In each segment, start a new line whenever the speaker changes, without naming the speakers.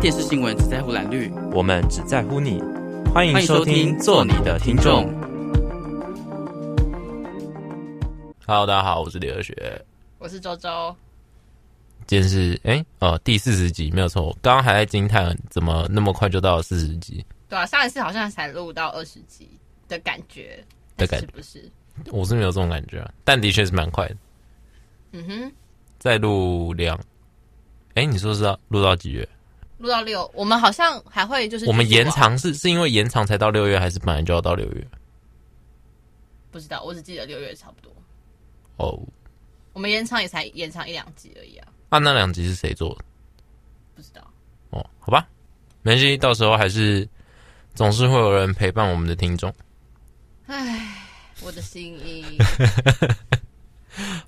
电视新闻只在乎蓝绿，
我们只在乎你。欢迎
欢迎
收
收
听
听
《
《
做
做
你
你
的
的
听
听
众
众》。
Hello，大家好，我是李二学。
我是周周，
今天是哎哦、第四十集，没有错。我刚刚还在惊叹怎么那么快就到了四十集
对啊，上一次好像才录到二十集的感觉，
的感
是
觉，
不是？
我是没有这种感觉、啊，但的确是蛮快的。
嗯哼，
再录两，哎、你说是要录到几月？
录到六，我们好像还会就是
我们
继续
延
玩，
长是是因为延长才到六月，还是本来就要到六月？
不知道，我只记得六月差不多，
哦，
我们延长也才延长一两集而已啊，
那那两集是谁做的？
不知道。
哦，好吧，没关系，到时候还是总是会有人陪伴我们的听众。
我的心意，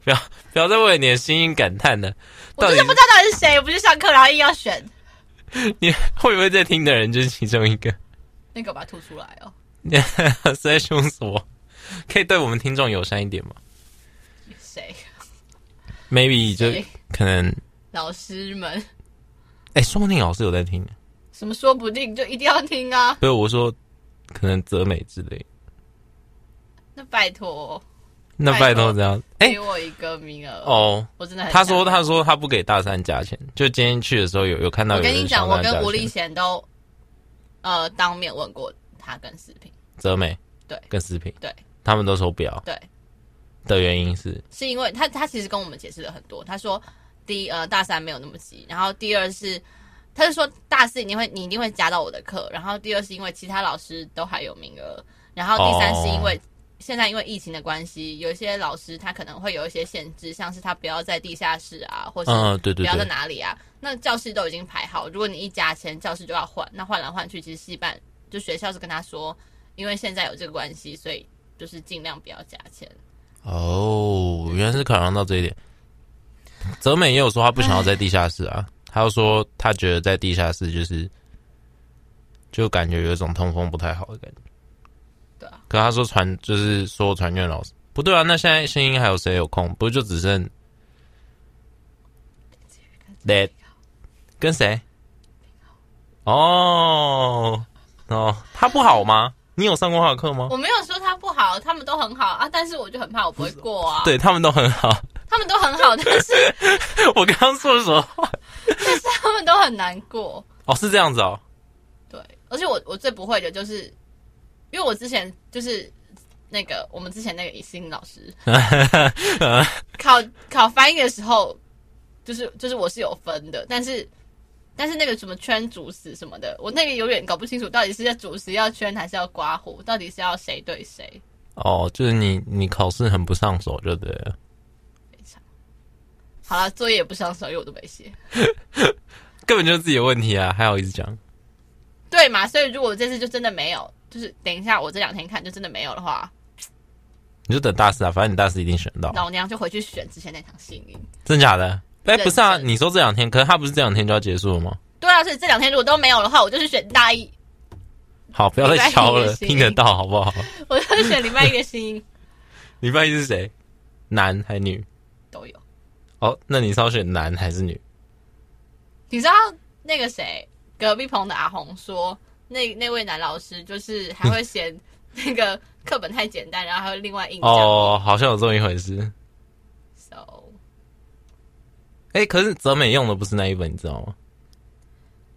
不要再为你的心意感叹了，
我
到底
真的不知道到底是谁，我不去上课，然后硬要选
你会不会在听的人就是其中一个？
那个把它吐出来哦，
实在凶死我！可以对我们听众友善一点吗
谁？
？Maybe 就
谁
可能，
老师们，
哎、说不定老师有在听。
什么说不定就一定要听啊，
所以我说，可能泽美之类。
那拜托
那拜
拜托
托这样，哎、
给我一个名额，
哦，
我真的很
他
想
说他说他不给大三加钱，就今天去的时候有有看到
我
有
跟你
人
讲，
想
我
让他
跟
加
吴立
钱。
贤都呃当面问过他跟视频，
泽美
对
跟思平
对
他们都说不要
对，
的原因是
是因为他他其实跟我们解释了很多，他说第一呃大三没有那么急，然后第二是。他是说大四一定会，你一定会加到我的课。然后第二是因为其他老师都还有名额，然后第三
哦
是因为现在因为疫情的关系，有一些老师他可能会有一些限制，像是他不要在地下室啊，或是
嗯，对
不
对
要在
对，
哪里啊？那教室都已经排好，如果你一加签，教室就要换，那换来换去，其实系办就学校是跟他说，因为现在有这个关系，所以就是尽量不要加签。
哦，原来是考量到这一点。泽美也有说她不想要在地下室啊，她又说她觉得在地下室就是，就感觉有一种通风不太好的感觉。
对啊，
可她说传就是说传院老师不对啊，那现在声音还有谁有空？不是就只剩 That 跟谁？哦哦，他不好吗？你有上过他的课吗？
我没有说他不好，他们都很好啊，但是我就很怕我不会过啊。，
对他们都很好。
他们都很好，但是
我刚刚说了什么？
他们都很难过。
哦，是这样子哦。
对，而且我我最不会的就是，因为我之前就是那个我们之前那个以心老师考考翻译的时候，就是就是我是有分的，但是但是那个什么圈主死什么的，我那个永远搞不清楚到底是要主死要圈还是要刮胡，到底是要谁对谁。
哦，就是你你考试很不上手，就对了。
好了，作业也不上手，因为我都没写。
根本就是自己的问题啊，还好意思讲。
对嘛？所以如果这次就真的没有，就是等一下我这两天看就真的没有的话，
你就等大四啊，反正你大四一定选到，
老娘就回去选之前那场幸运。
真假的？哎、
认
不是啊，
真
你说这两天，可是他不是这两天就要结束了吗？
对啊，所以这两天如果都没有的话，我就是选大一。
好，不要再敲了，
礼拜一
听得到好不好？
我就选礼拜一 的星
礼拜一是谁？男还女？
都有。
哦，那你是要选男还是女？
你知道那个谁，隔壁棚的阿红说，那那位男老师就是还会嫌那个课本太简单，然后还会另外硬讲。
哦，好像有这么一回事。
So，
哎、可是泽美用的不是那一本，你知道吗？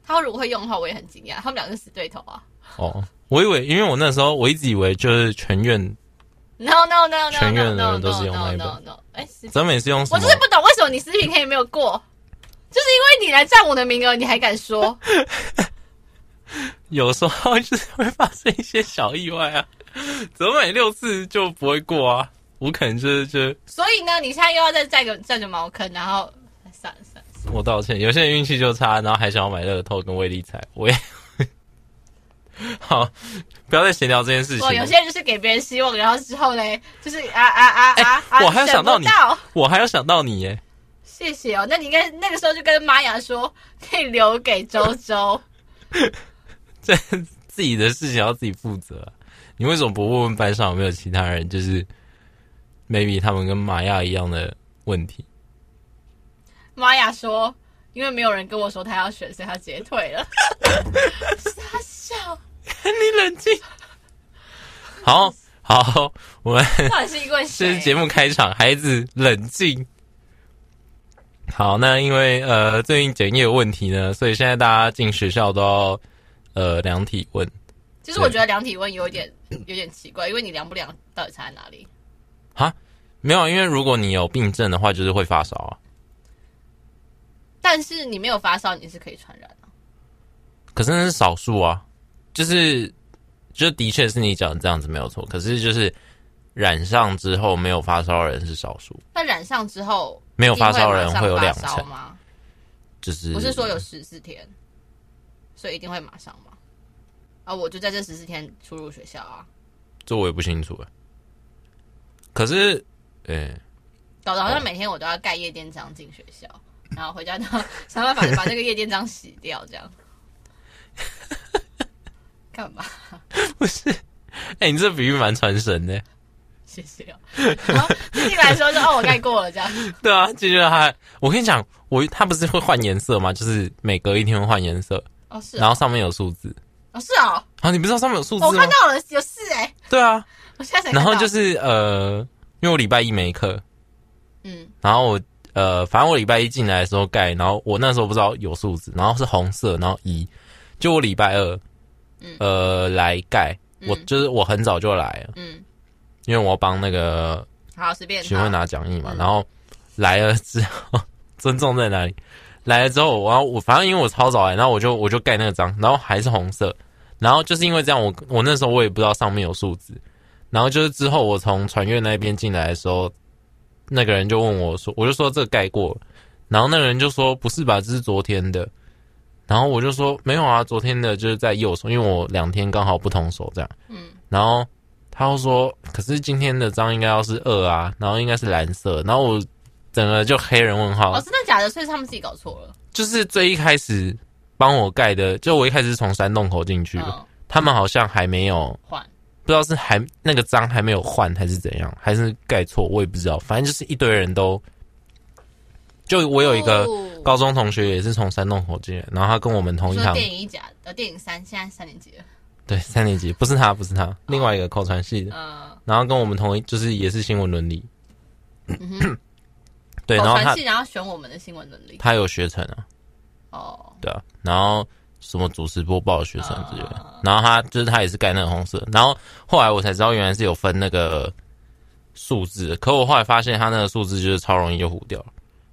他如果会用的话，我也很惊讶。他们两个是死对头啊
哦，我以为，因为我那时候我一直以为就是全院
！No No No No
全院
No
的
No
人都
No
是用那
No
一
No No！哎，思平
泽美是用什
我
么？
就是不懂为什么你思平可以没有过，就是因为你来占我的名额，你还 敢说？
有时候就是会发生一些小意外啊， 怎么每六次就不会过啊？我可能就是就是
所以呢，你现在又要再占个占个茅坑，然后算了算了，
我道歉，有些人运气就差，然后还想要买乐透跟威力彩，我也 好，不要再闲聊这件事
我
情
哦有
了。
些人就是给别人希望，然后之后嘞，就是啊啊啊啊！
哎
啊
我还有想到你
选不到
我还有想到你耶，
谢谢哦。那你应该那个时候就跟玛雅说，可以留给周周。
这自己的事情要自己负责啊、你为什么不问问班上有没有其他人，就是 maybe 他们跟玛雅一样的问题？
玛雅说，因为没有人跟我说他要选，所以他直接退了。傻笑，
你冷静。好好，我们
到底是因为谁？
这是节目开场，孩子冷静。好，那因为呃最近检疫有问题呢，所以现在大家进学校都要呃量体温。
其实我觉得量体温有一点有点奇怪，因为你量不量到底差在哪里？
哈，没有，因为如果你有病症的话，就是会发烧啊。
但是你没有发烧，你是可以传染的、
可是那是少数啊，就是就的确是你讲的这样子没有错，可是就是染上之后没有发烧的人是少数，
那染上之后，
没
没
有发烧的人
会
有两
马上发烧
成，
吗？
就是
不是说有十四天，所以一定会马上吗？啊，我就在这十四天出入学校啊，
这我也不清楚欸可是，呃、
搞得好像每天我都要盖夜间章进学校，然后回家都要想办法把这个夜间章洗掉，这样。 干嘛？
哎、你这比喻蛮传神的。
谢谢哦。然后进来的时候就哦，我盖过了这样。
对啊，就是他，我跟你讲，我他不是会换颜色吗？就是每隔一天会换颜色，
哦是
然
哦，
后上面有数字。
哦是哦，
啊，你不知道上面有数
我
字吗
看？到了，有事哎、
对啊，
我现在才 看
然
到
后就是呃，因为我礼拜一没课，
嗯，
然后我呃，反正我礼拜一进来的时候盖，然后我那时候不知道有数字，然后是红色，然后一，就我礼拜二
嗯，
呃来盖，
嗯
我就是我很早就来了，
嗯，
因为我要帮那个
好，随便。
学会拿讲义嘛，
嗯
然后来了之后， 尊重在哪里？来了之后，我要我反正因为我超早来，然后我就我就盖那个章，然后还是红色，然后就是因为这样，我我那时候我也不知道上面有数字，然后就是之后我从传阅那边进来的时候，那个人就问我说，我就说这个盖过了，然后那个人就说不是吧，这是昨天的，然后我就说没有啊，昨天的就是在右手，因为我两天刚好不同手这样。
嗯，
然后他又说，可是今天的章应该要是二啊，然后应该是蓝色，然后我整个就黑人问号，
哦，真的假的？所以他们自己搞错了。
就是最一开始帮我盖的，就我一开始是从山洞口进去的，
嗯，
他们好像还没有，
换
不知道是还那个章还没有换还是怎样，还是盖错，我也不知道，反正就是一堆人都，就我有一个
哦
高中同学也是从山洞口进来，然后他跟我们同一
说
堂，
电影一甲呃电影三，现在三年级了。
对，三年级，不是他，不是
哦
他，另外一个口传系的。
嗯，
然后跟我们同一，就是也是新闻伦理。 对，然后
嗯口
他
传系然后选我们的新闻能力。
他有学成啊，
哦，
对啊，然后什么主持播报的学成之类的，
啊
然后他就是他也是盖那个红色，然后后来我才知道原来是有分那个数字，可我后来发现他那个数字就是超容易就糊掉了，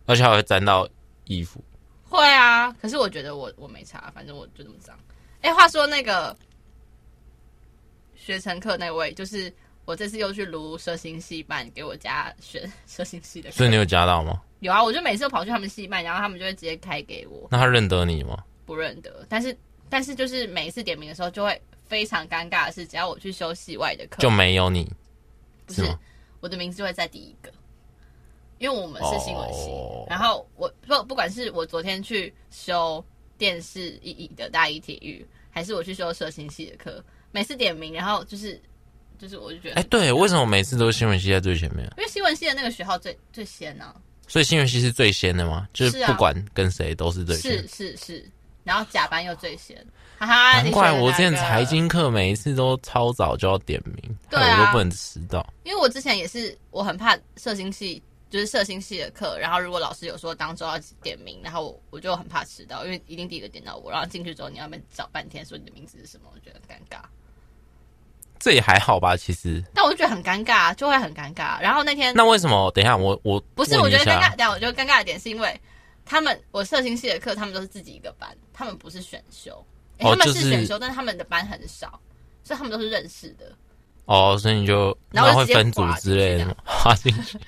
而且还会沾到衣服。
会啊，可是我觉得我我没查，反正我就这么脏。哎，话说那个学乘课那位，就是我这次又去读社心系办，给我家选社心系的课
所以你有夹到吗？
有啊，我就每次都跑去他们系办，然后他们就会直接开给我。
那他认得你吗？
不认得，但是但是就是每一次点名的时候就会非常尴尬的是，只要我去修系外的课，
就没有你，
不
是
是
吗
我的名字就会在第一个，因为我们是新闻系，
哦
然后我不不管是我昨天去修电视一一的大一体育，还是我去修社情系的课，每次点名，然后就是就是我就觉得，
哎、对，为什么每次都是新闻系在最前面？
因为新闻系的那个学号最最先啊呢、
所以新闻系是最先的吗？就是
是啊
不管跟谁都是最先
是是是，然后甲班又最先，哈哈，
难怪
你选了
我之前
哪个
财经课每一次都超早就要点名，
对
害我
啊
都不能迟到。
因为我之前也是，我很怕社心系，就是社心系的课，然后如果老师有说当周要点名，然后我我就很怕迟到，因为一定第一个点到我，然后进去之后你要被找半天说你的名字是什么，我觉得很尴尬。
这也还好吧，其实。
但我就觉得很尴尬，就会很尴尬。然后那天
那为什么？等一下，我我
不是，
问
我
一
觉得尴
下
尬，等一下我觉得尴尬的点是因为他们我社心系的课，他们都是自己一个班，他们不是选修，诶
哦
他
就
们
是
是选修，但是他们的班很少，所以他们都是认识的。
哦，所以你就
然后
那会
就直接
分组之类的吗？滑 进去。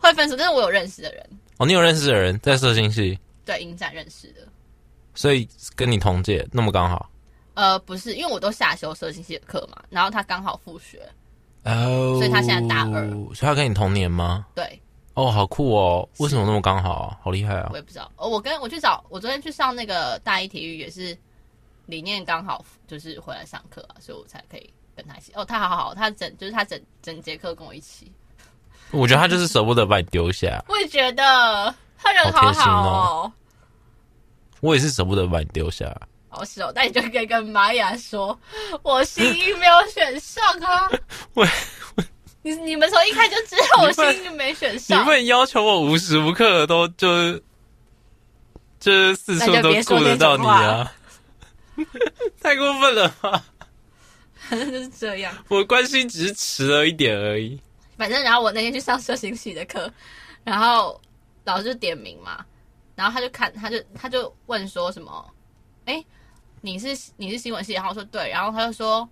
会分手，但是我有认识的人，
哦，你有认识的人在社信系，
对影展认识的。
所以跟你同届，那么刚好。
呃，不是，因为我都下修社经系的课嘛，然后他刚好复学，
哦，
所以他现在大二
所以他跟你同年吗？
对
哦，好酷哦！为什么那么刚好啊？好厉害啊
我！也不知道。哦，我跟我去找，我昨天去上那个大一体育也是，理念刚好就是回来上课啊，所以我才可以跟他一起。哦，他好好好，他整就是他整整节课跟我一起，
我觉得他就是舍不得把你丢下。
我也觉得他人
好贴
好
心
好
哦
哦。
我也是舍不得把你丢下。
好是哦，那你就可以跟玛雅说，我新一没有选上啊。
喂，
你你们从一开始就知道我新一没选
你
上，
不能要求我无时无刻都就是就是四处
那就
都
别说
顾得到你啊， 太过分了吧？
就是这样。
我关心只是迟了一点而已。
反正然后我那天去上社行系的课，然后老师就点名嘛，然后他就看，他就他就问说什么，哎，你是你是新闻系，然后我说对，然后他就说，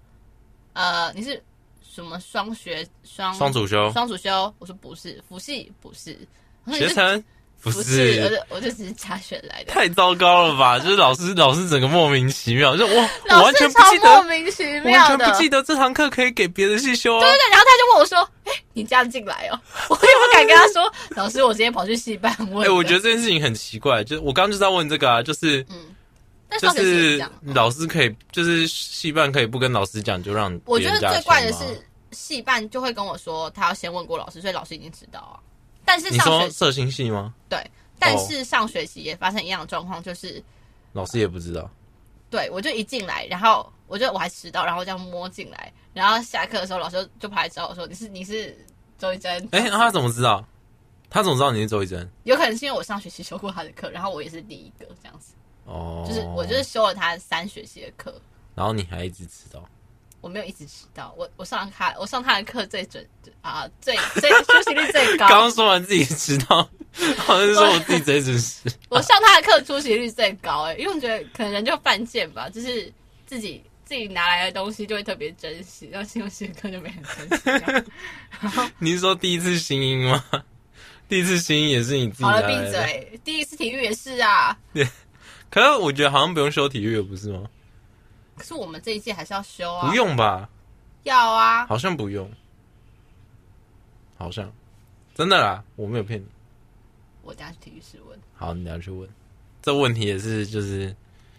呃，你是什么双学双
双主修
哦双主修？我说不是，辅系不是，我说你
学
是
成不
不是，呃我
是。
就我就只是加选来的。
太糟糕了吧！就是老师，老师整个莫名其妙，就我 我
老
完
师
全不
超
记得
莫，名其
我
妙
完
的，
全不记得这堂课可以给别的系修、啊。
对对，然后他就问我说：“哎、你这样进来哦？”我也不敢跟他说，老师，我今天跑去戏班问
哎、
的。
我觉得这件事情很奇怪，就是我刚刚就是在问这个啊，就是
嗯但
就
上学期也
是
这样
老师可以，就是戏办可以不跟老师讲，就让
我
别
觉
人
得
加
最怪的
钱吗
是戏办就会跟我说，他要先问过老师，所以老师已经知道啊。但是
你
上
说哦
学
色情系吗？
对，但是上学期也发生一样的状况，就是
老师也不知道，
对我就一进来，然后我就我还迟到，然后这样摸进来，然后下课的时候老师就就跑来找我说：“你是你是周一珍？”
哎、那他怎么知道？他怎么知道你是周一珍？
有可能是因为我上学期修过他的课，然后我也是第一个这样子，
哦，
就是我就是，修了他三学期的课。
然后你还一直知道，
我没有一直迟到，我我上他我上他的课最准啊，最最 出席率最
刚
高
刚，说完自己知道，好像是说我自己贼准时。
我上他的课出席率最高哎、欸因为我觉得可能人就犯贱吧，就是自己自己拿来的东西就会特别珍惜，然后新闻系的课就没很珍惜这样。
你是说第一次新音吗？第一次新音也是你自己
好了，
拿来
闭
的。
嘴！第一次体育也是啊，
可是我觉得好像不用修体育了，不是吗？
可是我们这一届还是要修啊，
不用吧？
要啊，
好像不用，好像真的啦，我没有骗你。
我等下去体育室问。
好，你等下去问。这问题也是，就是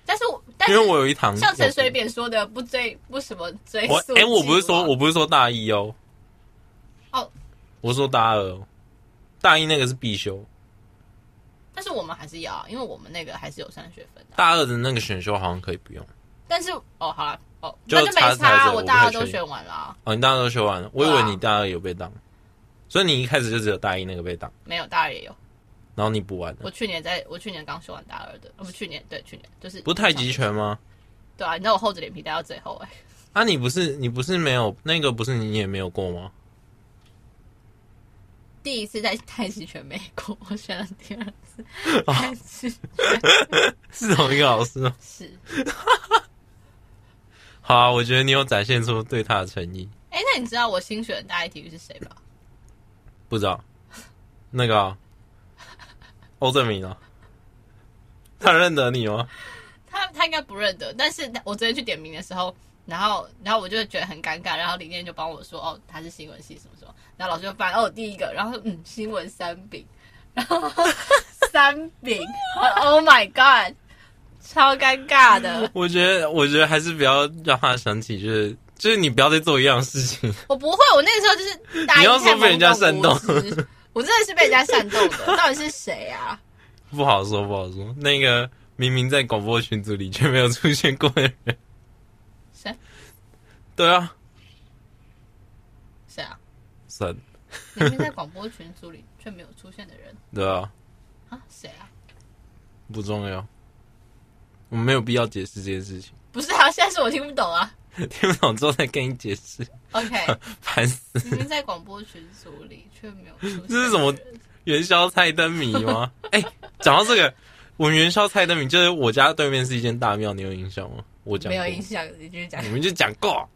但是我但
因
是
为我有一堂
像陈水扁说的，不追不什么追
我
溯。
哎、我不是说我不是说大一哦，
哦，
我是说大二哦，大一那个是必修，
但是我们还是要啊，因为我们那个还是有三学分的啊。
大二的那个选修好像可以不用。
但是哦，好了，哦，
就
那就没
差
差
在
啊，
这
我
我
大
不太
家都
确定
选完了啊，
哦，你大二都修完了，我以为
对啊
你大二有被当，所以你一开始就只有大一那个被当，
没有大二也有。
然后你补完了，
我去年在我去年刚修完大二的，呃不，去年对，去年就是
不是太极拳吗？
对啊，你知道我厚着脸皮待到最后哎、
啊，你不是你不是没有那个不是你也没有过吗？
第一次在太极拳没过，我选了第二次
哦
太极拳
是同一个老师吗？
是。
好啊，我觉得你有展现出对他的诚意。
哎、那你知道我新选的大一体育是谁吧？
不知道，那个啊欧正明啊，他认得你吗？
他他应该不认得，但是我昨天去点名的时候，然后然后我就觉得很尴尬，然后李念就帮我说，哦，他是新闻系什么什么，然后老师就翻，哦，第一个，然后说嗯，新闻三饼，然后 三饼然后，Oh my God，超尴尬的，
我觉得，我觉得还是不要让他想起，就是就是你不要再做一样的事情。
我不会，我那个时候就是大一
你要说
太
被人家
懵懂
煽
无知我真的是被人家煽动的， 到底是谁啊？
不好说，不好说。那个明明在广播群组里却没有出现过的人，
谁
对啊，
谁啊？
神，
明明在广播群组里却没有出现的人
对啊，
啊？谁啊？
不重要，我没有必要解释这件 事情。
不是啊，现在是我听不懂啊。
听不懂之后再跟你解释，
OK。
烦死！
明明在广播群组里，却没有出现。
这是什么元宵菜灯谜 吗？哎、讲到这个，我们元宵菜灯谜就是我家对面是一间大庙，你有印象吗？我讲
没
过
有印象，你继续讲
我。们就讲过，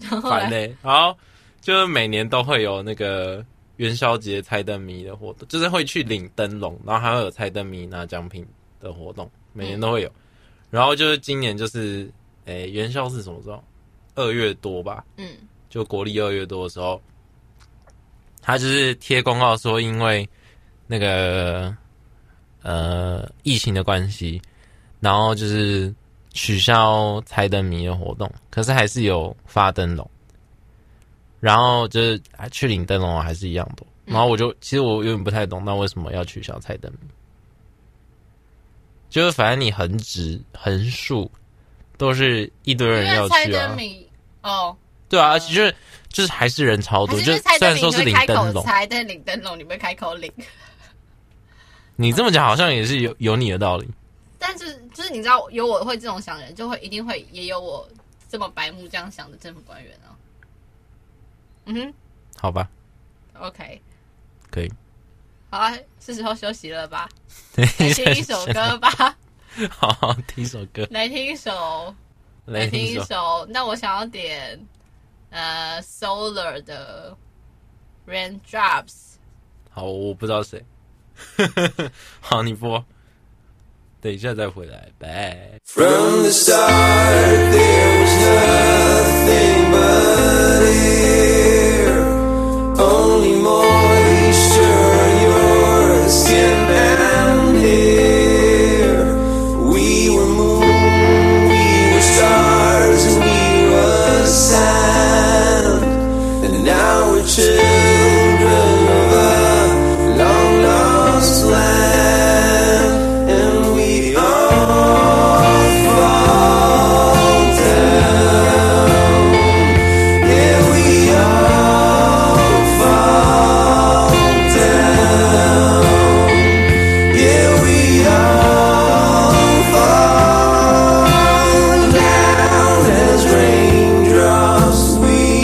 然后
烦欸
呢？
嘞、然后就是每年都会有那个元宵节猜灯谜的活动，就是会去领灯笼，然后还会有猜灯谜拿奖品的活动，每年都会有。然后就是今年就是，诶、元宵是什么时候？二月多吧，
嗯，
就国历二月多的时候，他就是贴公告说，因为那个呃疫情的关系，然后就是取消猜灯谜的活动，可是还是有发灯笼，然后就是啊去领灯笼还是一样多。
嗯
然后我就其实我有点不太懂，那为什么要取消猜灯谜？就是反正你横直横竖都是一堆
因
人要
为蔡
去
登
啊，
明哦，
对啊，而且就是就是还是人超
还
多，
是
就
因为蔡
虽
登
然
明
说是
你会
林
开
灯
口
笼，
猜，但是林灯笼你不会开口领。
你这么讲好像也是有有你的道理，
但是就是你知道，有我会这种想的人，就会一定会也有我这么白目这样想的政府官员啊。嗯哼
好吧？
，OK，
可以，
好啊，是时候休息 了吧？
等
来听一首，歌吧，
好好听一首歌，
来听一首，
来
听
听一
一
首，
首。那我想要点呃 Solar 的 Raindrops，
好，我不知道谁， 好，你播，等一下再回来，拜。
From the start, there was nothing but air. Only moisture on your skin and hair. We were moon, we were stars, and we were sand. And now we're children of a long lost land. And we all fall down. Yeah, we all fall down. Yeah, we all fall down as raindrops. We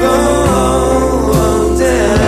fall down.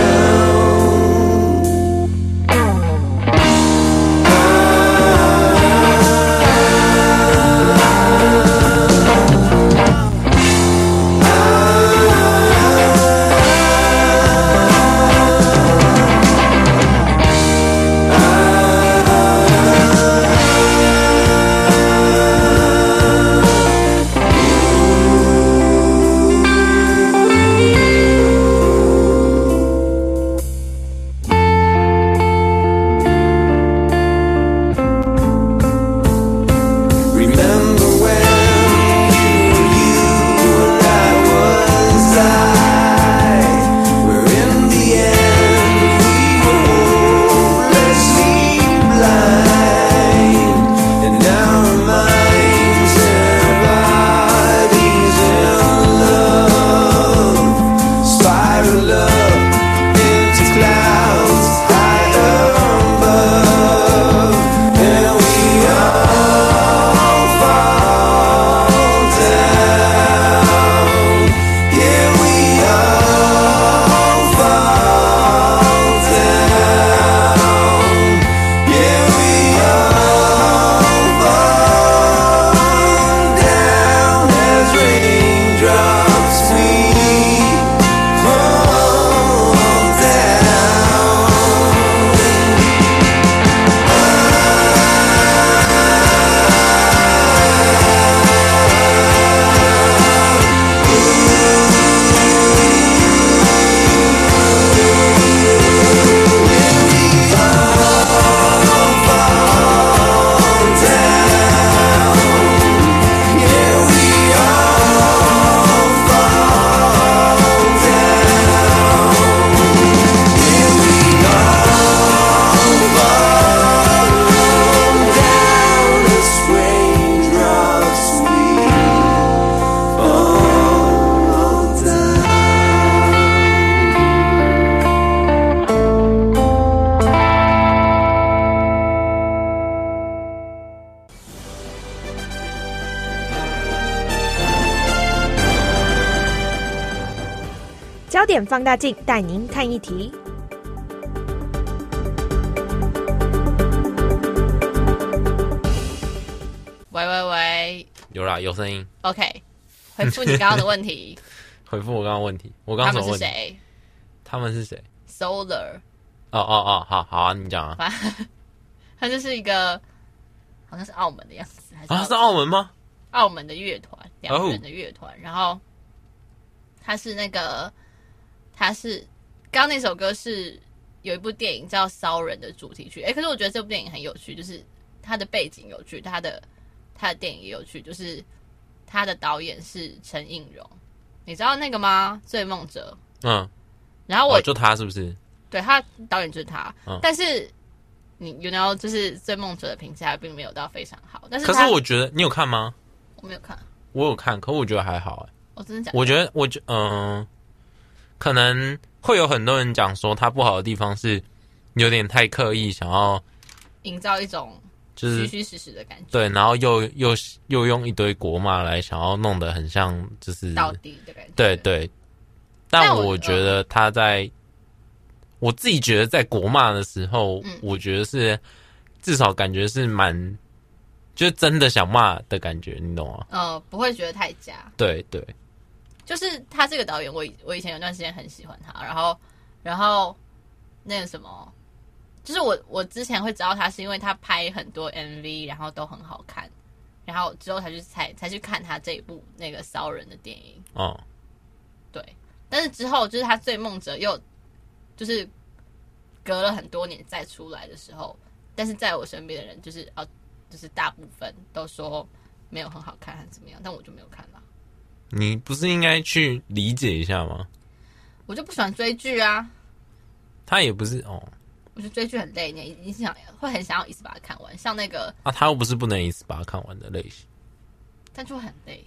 Remember when you were you and I was I? Where in the end we were hopelessly blind, and now our minds and bodies in love spiral up into clouds high above, and we are. Yeah, we all fall down. Yeah, we all fall down as raindrops. We fall down. Raindrops, we fall down.
《焦点放大镜》带您看一题。
喂喂喂
有啦，有声音。
，OK，回复你刚刚的问题，
回复我刚刚问题， 我刚
他
刚什
们
么
是
问题？
谁
他们是谁？
？Solar，
哦哦哦，好好啊，你讲啊。
吧，它就是一个好像是澳门的样子，还是
啊，
澳
是澳门哦吗？
澳门的乐团，两个人的乐团。然后他是那个，他是刚刚那首歌是有一部电影叫《骚人》的主题曲。哎，可是我觉得这部电影很有趣，就是它的背景有趣，它的它的电影也有趣，就是它的导演是陈映蓉，你知道那个吗？《醉梦者》。
嗯，哦
然后我
哦，就他是不是？
对他导演就是他，
嗯
但是你 you know 就是追梦者的评价并没有到非常好，但是
可是
他
我觉得你有看吗？
我没有看，
我有看，可我觉得还好、欸。
我真的假的？
我觉得，我觉嗯、可能会有很多人讲说它不好的地方是有点太刻意，想要
营造一种
就
虚
是
虚实实的感觉，
对，然后又又又用一堆国骂来想要弄得很像，就是
到底的感觉。
对，对。
但
但
我嗯
我觉得他在我自己觉得在国骂的时候，
嗯
我觉得是至少感觉是蛮就是真的想骂的感觉，你懂吗？
呃，不会觉得太假，
对对，
就是他这个导演，我以我以前有段时间很喜欢他，然后然后那个什么，就是我我之前会知道他是因为他拍很多 MV，然后都很好看，然后之后才去才才去看他这一部那个骚人的电影，
哦、
对，但是之后就是他《醉梦者》又就是隔了很多年再出来的时候，但是在我身边的人就是哦，就是大部分都说没有很好看还是怎么样，但我就没有看了，
你不是应该去理解一下吗？
我就不喜欢追剧啊，
他也不是哦，
我觉得追剧很累，你你想会很想要一次把它看完，像那个，
啊，他又不是不能一次把它看完的类型。
但就很累，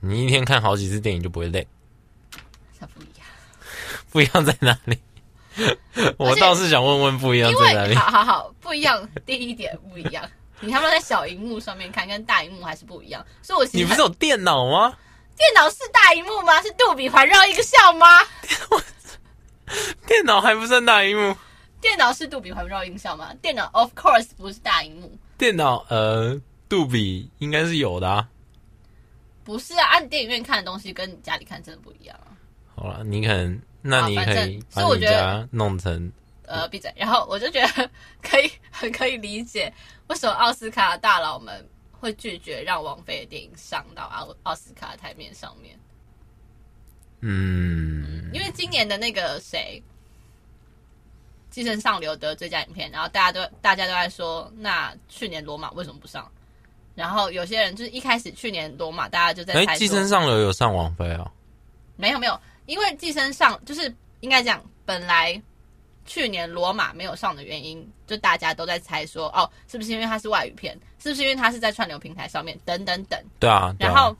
你一天看好几次电影就不会累，
像不一样。
不一样在哪 里？我倒是想问问不一样
因
在哪
为
里
好好好，不一样，第一点不一样，你他们在小荧幕上面看跟大荧幕还是不一样，所以 我其实
你不是有电脑吗？
电脑是大荧幕吗？是杜比环绕一个笑吗？
电脑还不算大荧幕，
电脑是杜比环绕音效吗？电脑 of course 不是大荧幕，
电脑呃，杜比应该是有的啊。
不是啊，啊你电影院看的东西跟你家里看真的不一样啊。
好了，你可能，那
好
你
反
可
正
以
所以
把
我
你
觉得
家弄成
呃，
嗯
闭嘴。然后我就觉得可以很可以理解为什么奥斯卡大佬们会拒绝让王菲的电影上到奥奥斯卡台面上面，
嗯，
因为今年的那个谁。《寄生上流》得最佳影片，然后大家都大家都在说，那去年罗马为什么不上？然后有些人就是一开始去年罗马，大家就在
哎，
猜
寄
说
生上流有上王菲哦，
没有没有，因为《寄生上》就是应该讲，本来去年罗马没有上的原因，就大家都在猜说，哦，是不是因为它是外语片？是不是因为它是在串流平台上面？等等等。
对啊，对啊
然后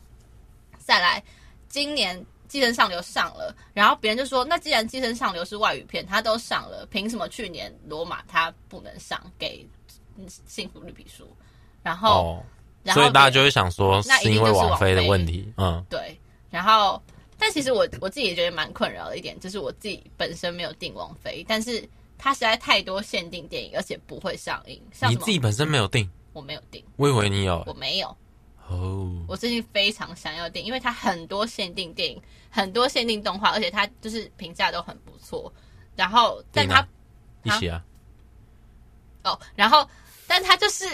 再来，今年《寄生上流》上了，然后别人就说，那既然《寄生上流》是外语片，它都上了，凭什么去年罗马它不能上？给嗯幸福绿皮书，然后、
哦，
然后
所以大家
别
就会想说
那一定
因为
就是
王
王
菲的
菲
问题，嗯，
对，然后但其实我我自己也觉得蛮困扰的一点，就是我自己本身没有订王菲，但是它实在太多限定电影，而且不会上映，像
你
什么
自己本身没有定，
我没有订，
我以为你有
我没有，
哦，
我最近非常想要订，因为它很多限定电影，很多限定动画，而且它就是评价都很不错，然后但
订
它
啊一起啊，
哦，然后但它就是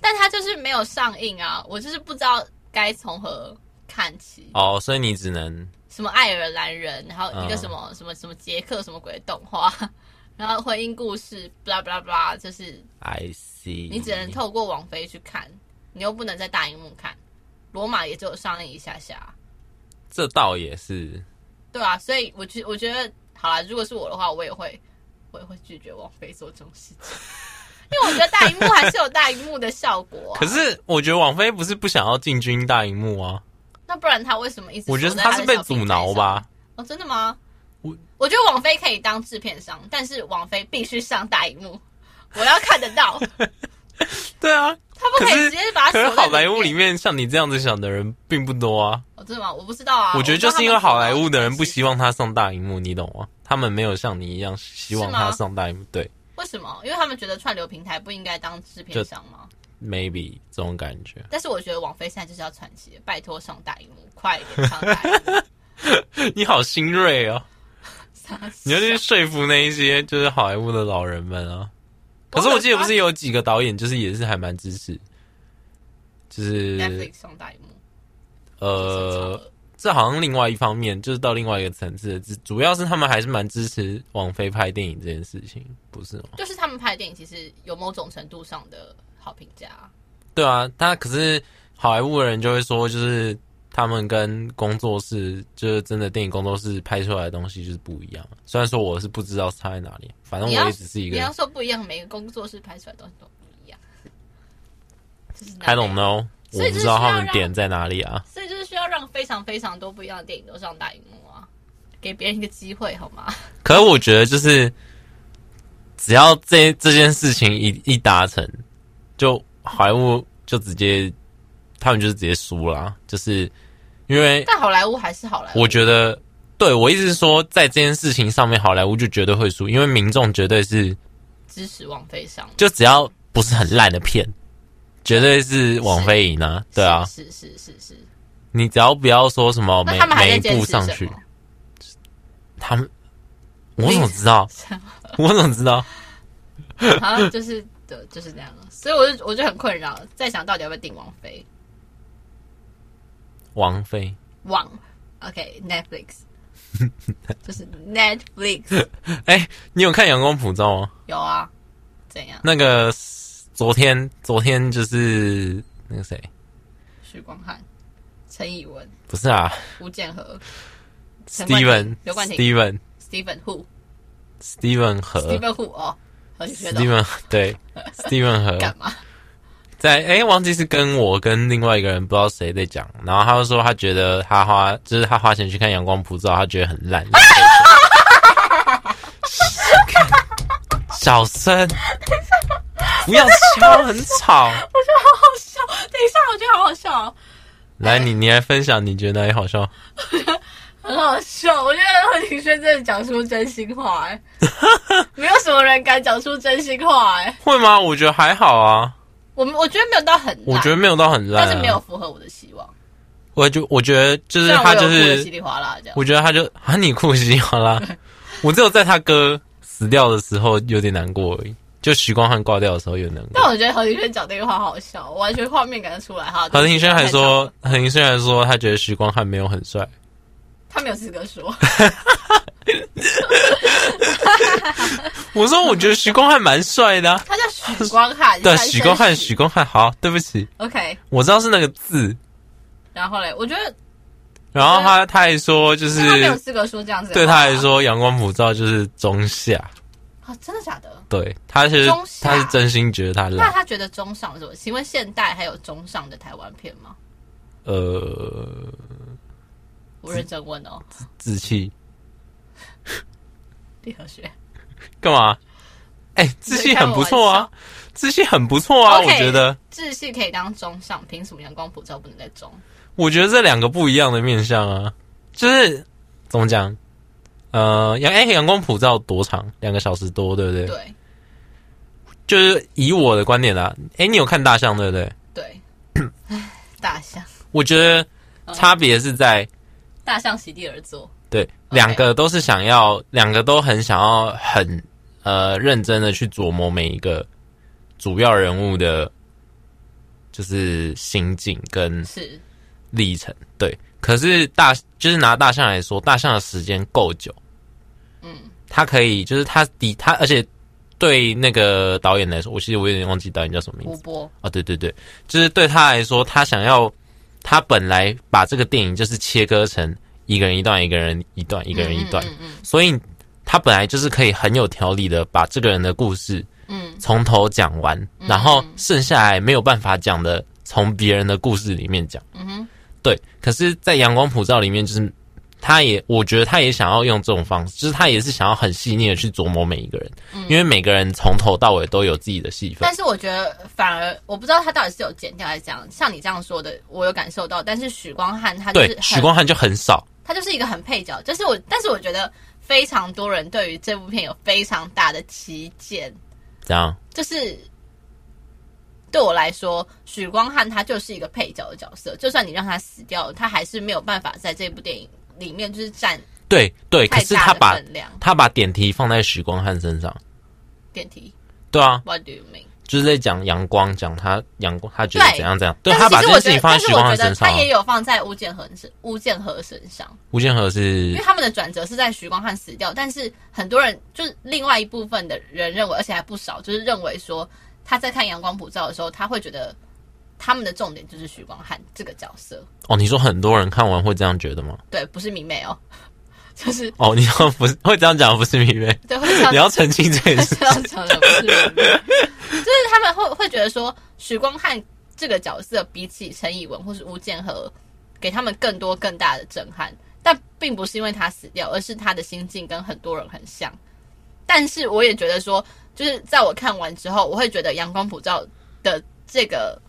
但它就是没有上映啊，我就是不知道该从何看起。
哦，所以你只能
什么爱尔兰人，然后一个
嗯
什么、什么什么捷克什么鬼的动画， 然后婚姻故事，blah blah blah，就是
I see，
你只能透过王菲去看，你又不能在大荧幕看，罗马也只有上映一下下，
这倒也是，
对啊，所以我觉我觉得好啦，如果是我的话，我也会我也会拒绝王菲做这种事 情，因为我觉得大荧幕还是有大荧幕的效果、啊，
可是我觉得王菲不是不想要进军大荧幕啊，
那不然他为什么一直
我觉得
锁在
她
的
是被
小
阻
平台
挠
上
吧。
哦，真的吗？
我
我觉得网飞可以当制片商，但是网飞必须上大荧幕， 我要看得 到，
对啊，
他
可
不以
是
直接把它
可
锁
是
在
好莱坞
里
里。面像你这样子想的人并不多啊。
哦，真的吗？我不知道啊。
我觉得就是因为好莱坞的人不希
望。
望他上大荧幕，你懂吗？他们没有像你一样希望他上大荧幕。对
为什么？因为他们觉得串流平台不应该当制片商吗？
，maybe 这种感觉。
但是我觉得网飞现在就是要传奇，拜托上大荧幕，快一点上大荧幕。
你好新锐哦，
傻
你要去说服那一些就是好莱坞的老人们啊。可是
我
我
有
记得不
发
是有几个导演就是也是还蛮支持，就是
Netflix 上大荧幕，
呃，这好像另外一方面，就是到另外一个层次的支，主要是他们还是蛮支持王菲拍电影这件事情，不是吗？
就是他们拍的电影其实有某种程度上的好评价啊。
对啊，他可是好莱坞的人就会说，就是他们跟工作室就是真的电影工作室拍出来的东西就是不一样。虽然说我是不知道差在哪里，反正
你
我
要
也只是一
你要
个
说不一样，每个工作室拍出来的东西都不一样，就是那
I don't know，
所
我
以就
不
是
知道他
需要
们
让
点在哪里啊。
所以就是需要让非常非常多不一样的电影都上大荧幕啊，给别人一个机会好吗？
可是我觉得就是，只要这这件事情一一达成，就好莱坞就直接，他们就是直接输了啊、就是因为
但好莱坞还是好莱坞，
我觉得，对我意思是说，在这件事情上面，好莱坞就绝对会输，因为民众绝对是，
支持王菲上，
就只要不是很烂的片，绝对是王菲赢啊，对啊，
是是是是是。
你只要不要说什么
那
每
他们还
每
在
一
坚
步
持
上
什
去，
么？
他们，我怎么知道？ 我怎么知道？
好像就是的，就是那样。所以我就我就很困扰，在想到底要不要订王菲
王菲。
网，OK Netflix，就是 Netflix
哎、你有看《阳光普照》吗？
有啊，怎样？
那个昨天，昨天就是那个谁，
许光汉、陈以文、
不是啊
吴建和、陈冠廷刘冠廷、
，Steven，Steven，Steven
Stephen Who、
Steven 和
Stephen Who 哦，何许学长
Steven 对 Steven 和
干嘛？
在哎、忘记是跟我跟另外一个人不知道谁在讲，然后他就说他觉得他花就是他花钱去看《阳光普照》，他觉得很 烂。小声， 不要敲，很吵。
好笑，等一下，我觉得好好笑哦，
来，你你来分享，你觉得哪里好笑？
很好笑。我觉得贺庭轩真的讲出真心话、 哎，没有什么人敢讲出真心话、哎，
会吗？我觉得还好啊，
我们我觉得没有到很烂，
我觉得没有到很烂、
但
啊，
是没有。符合我的希望。
我就我觉得就是
虽然
他
我
就
有哭得稀
是，
里哗啦这样，
我觉得他就啊，你哭稀好 啦。我只有在他哥死掉的时候有点难过而已，就许光汉挂掉的时候有点难
但
过。
我觉得何庭轩讲那个话好好笑，我完全画面感得出来哈。
何庭轩还说，何庭轩还说他觉得许光汉没有很帅，
他没有资格说，。
我说我觉得许光汉蛮帅的、啊
他叫许光 汉，
对，
三声
啊许光汉，许光汉，好，对不起，
OK。
我知道是那个字。
然后嘞，我觉得
然后 他他还说就是
他没有啊资格说这样子的话。
对他来说，阳光普照就是中下，
啊，真的假的？
对他其实
中下
他是真心觉得他烂
那。他觉得中上是什么？请问现代还有中上的台湾片吗？
呃，
我认真问哦，
志气
李和学。
干嘛？哎、志气很不错啊，志气很不错啊
OK
我觉得，
志系可以当中上，凭什么阳光普照不能在中？
我觉得这两个不一样的面相啊，就是怎么讲？呃，阳哎，阳、光普照多长？两个小时多，对不对？
对
就是以我的观点啦、哎、你有看大象对不对？
对，唉大象，
我觉得
嗯
差别是在
大象席地而坐，
对，两个都是想要，两个都很想要很呃认真的去琢磨每一个主要人物的，就是心境跟
是
历程。对，可是大就是拿大象来说，大象的时间够久，
嗯，
它可以就是它底它，而且对那个导演来说，我其实我有点忘记导演叫什么名
胡
字
波，
啊、哦，对对对，就是对他来说，他想要他本来把这个电影就是切割成一个人一段，一个人一段，一
一
个人一段。
嗯嗯
所以他本来就是可以很有条理的把这个人的故事
嗯嗯
从头讲完，然后剩下来没有办法讲的，从别人的故事里面讲。
嗯哼，
对，可是，在阳光普照里面，就是他也，我觉得他也想要用这种方式，就是他也是想要很细腻的去琢磨每一个人，
嗯
因为每个人从头到尾都有自己的戏份
但。是我觉得反而我不知道他到底是有剪掉还是怎样，像你这样说的，我有感受到。但是许光汉他就
对
是，
许
很，
光汉就很少，
他就是一个很配角，就是我，但是我觉得非常多人对于这部片有非常大的旗舰，
这样
就是对我来说，许光汉他就是一个配角的角色，就算你让他死掉，他还是没有办法在这部电影里面就是占
对对，可
太
是
大
他
的
把
分量。
他把点题放在许光汉身上，
电梯
对啊，
，What do you mean？
就是在讲阳光，讲他阳光，他觉得
对
怎样怎样，对
但
他
是
把
其
这
实
件
我
事
觉
情放在
得，但是
许
我
光
觉
汉
得
身上
他
啊。
也有放在吴建和身吴建和身上，
吴建和
因
是
为他们的转折是在许光汉死掉，但是很多人就是另外一部分的人认为，而且还不少，就是认为说他在看《阳光普照》的时候，他会觉得他们的重点就是许光汉这个角色，
哦，你说很多人看完会这样觉得吗？
对，不是迷妹哦， 就是
哦，你说不是会这样讲，不是迷 妹，
对，会想
你要澄清这件事
这。样讲的不是迷妹，就是他们会会觉得说许光汉这个角色比起陈以文或是吴建和，给他们更多更大的震撼，但并不是因为他死掉，而是他的心境跟很多人很像。但是我也觉得说，就是在我看完之后，我会觉得《阳光普照》的这个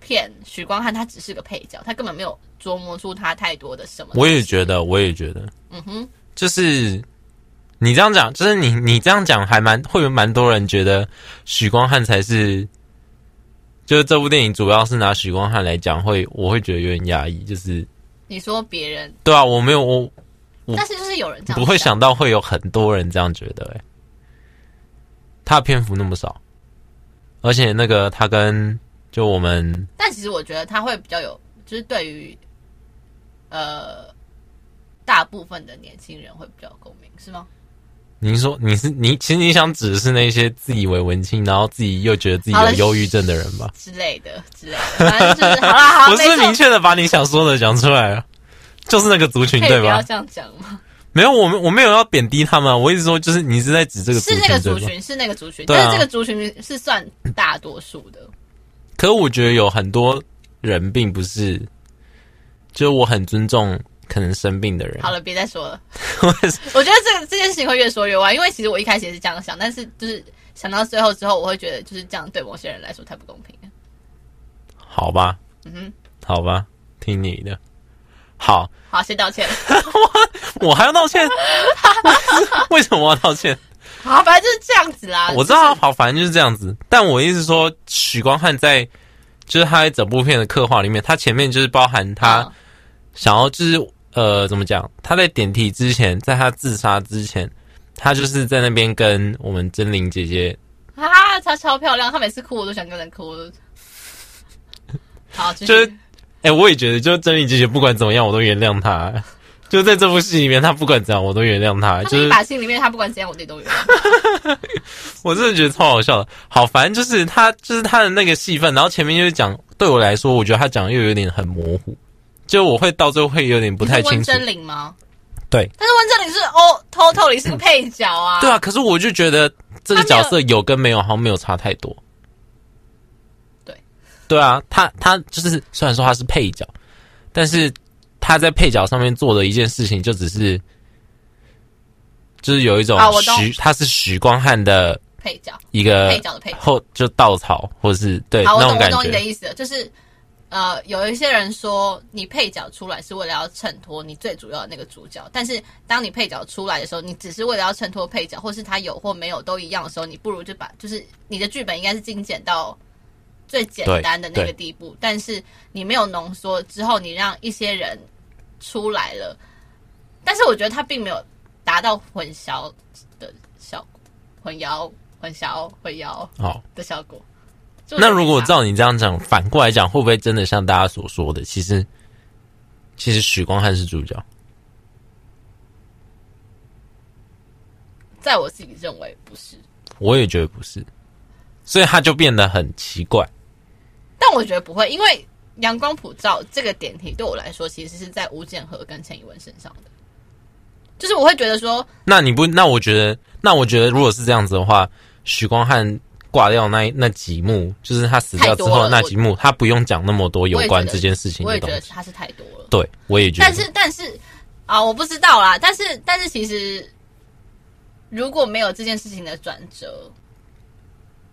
片，许光汉他只是个配角，他根本没有琢磨出他太多的什么。
我也觉得，我也觉得，
嗯哼，
就是你这样讲，就是你你这样讲，还蛮会有蛮多人觉得许光汉才是，就是这部电影主要是拿许光汉来讲，会我会觉得有点压抑，就是
你说别人，
对啊，我没有我我
但是就是有人这样
不会想到会有很多人这样觉得、欸，他的篇幅那么少，而且那个他跟就我们
但其实我觉得他会比较有，就是对于呃大部分的年轻人会比较有共鸣，是吗？
您说你是你，其实你想指的是那些自以为文青，然后自己又觉得自己
好
有
了
忧郁症的人吧？
之类的之类的，反正 就是好啦，好，
不是
啊没错
明确的把你想说的讲出来啊，就是那个族群
可以
对
不要
吧？
这样讲吗？
没有，我们我没有要贬低他们啊，我一直说就是你是在指这个族
是
群
那个族
对吧？
群，是那个族群，
对啊
但是这个族群是算大多数的。
可我觉得有很多人并不是，就是我很尊重可能生病的人。
好了，别再说了。
我也是，
我觉得这个这件事情会越说越歪，因为其实我一开始也是这样想，但是就是想到最后之后，我会觉得就是这样对某些人来说太不公平了。
好吧，
嗯哼，
好吧，听你的。好，
好，先道歉。
我还要道歉？为什么我要道歉？
好，反正就是这样子啦。
我知道，好，反正就是这样子。但我意思是说，许光汉在就是他在整部片的刻画里面，他前面就是包含他
嗯
想要就是呃怎么讲？他在点题之前，在他自杀之前，他就是在那边跟我们真玲姐姐
啊，她超漂亮，她每次哭我都想 跟着哭。好，继续
就是哎、我也觉得，就是真理姐姐不管怎么样，我都原谅她。 就在这部戏里面，她不管怎样，我都原谅她。
她
就
那一
是
把心里面，她不管怎样，我自己都有。
我真的觉得超好笑的。好，反正就是她，就是她的那个戏份，然后前面就是讲，对我来说，我觉得她讲得又有点很模糊，就我会到最后会有点不太
你是
清
温
楚。
真菱吗？
对，
但是温真菱是哦，Toto 里是个配角啊。
对啊，可是我就觉得这个角色有跟没有好像没有差太多。
对，
对啊，他他就是虽然说他是配角，但是他在配角上面做的一件事情，就只是就是有一种
啊我懂
徐、他是徐光汉的
配角，
一个
配角的配角
后就稻草，或是对
好，我
那
懂，
种
我
感
懂你的
觉。
意思了，就是呃，有一些人说你配角出来是为了要衬托你最主要的那个主角，但是当你配角出来的时候，你只是为了要衬托配角，或是他有或没有都一样的时候，你不如就把就是你的剧本应该是精简到。最简单的那个
对对
地步，但是你没有浓缩之后，你让一些人出来了，但是我觉得他并没有达到混淆的效果，混淆、混淆、混淆
好，
的效果。就嗯我
那
觉得
如果
没差
照你这样讲，反过来讲，会不会真的像大家所说的，其实其实许光汉是主角？
在我自己认为不是，
我也觉得不是，所以他就变得很奇怪。
但我觉得不会，因为阳光普照这个点题对我来说，其实是在吴建和跟陈以文身上的，就是我会觉得说，
那你不，那我觉得，那我觉得，如果是这样子的话，许光汉挂掉那一那几幕，就是他死掉之
太多
后
了
那几幕，他不用讲那么多有
我也觉
关
得
这件事情
我
的
也觉
东
得
西。
他是太多了。
对，我也觉得。
但是，但是啊，我不知道啦。但是，但是，其实如果没有这件事情的转折，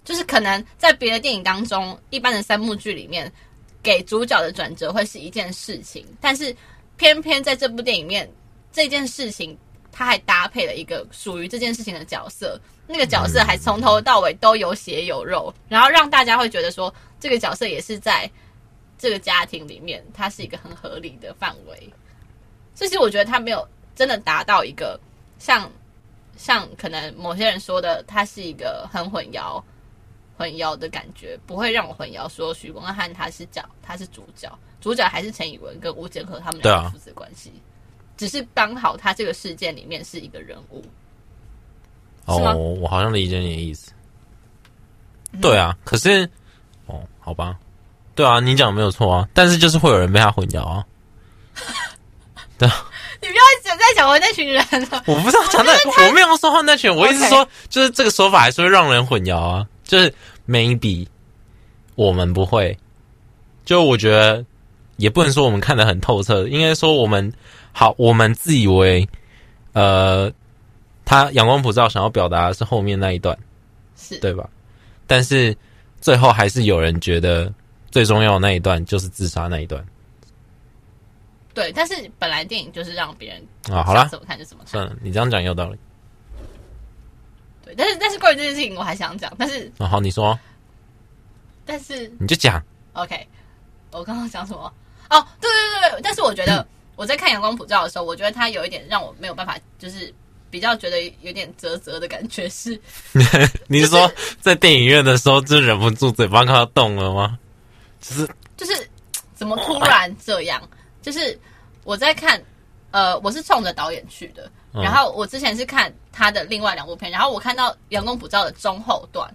就是可能在别的电影当中，一般的三幕剧里面，给主角的转折会是一件事情，但是偏偏在这部电影里面，这件事情它还搭配了一个属于这件事情的角色，那个角色还从头到尾都有血有肉，然后让大家会觉得说，这个角色也是在这个家庭里面，它是一个很合理的范围。这些我觉得他没有真的达到一个像像可能某些人说的，他是一个很混淆混淆的感觉，不会让我混淆说许光汉他是角，他是主角，主角还是陈以文跟吴建和他们
对啊
两个父子关系，只是刚好他这个事件里面是一个人物。是吗嗯
哦，我好像理解你的意思。对啊，可是哦，好吧，对啊，你讲没有错啊，但是就是会有人被他混淆啊。对啊，
你不要讲再讲回那群人啊了。
我不知道讲那，我没有说话那群，我一直说就是这个说法还是会让人混淆啊。就是 maybe 我们不会，就我觉得也不能说我们看得很透彻，应该说我们好，我们自以为呃，他阳光普照想要表达的是后面那一段，
是，
对吧？但是最后还是有人觉得最重要的那一段就是自杀那一段
对，但是本来电影就是让别人
啊。好
想
啦，
怎么看就怎么看。
算了，你这样讲也有道理。
对，但是但是关于这件事情我还想讲，但是
啊，好，你说，
但是
你就讲。
OK，我刚刚讲什么？哦，对对对对，但是我觉得我在看《阳光普照》的时候，我觉得它有一点让我没有办法，就是比较觉得有点啧啧的感觉是，
你是说在电影院的时候就忍不住嘴巴快要动了吗？就是
就是怎么突然这样？就是我在看，呃，我是冲着导演去的，
嗯
然后我之前是看他的另外两部片，然后我看到《阳光普照》的中后段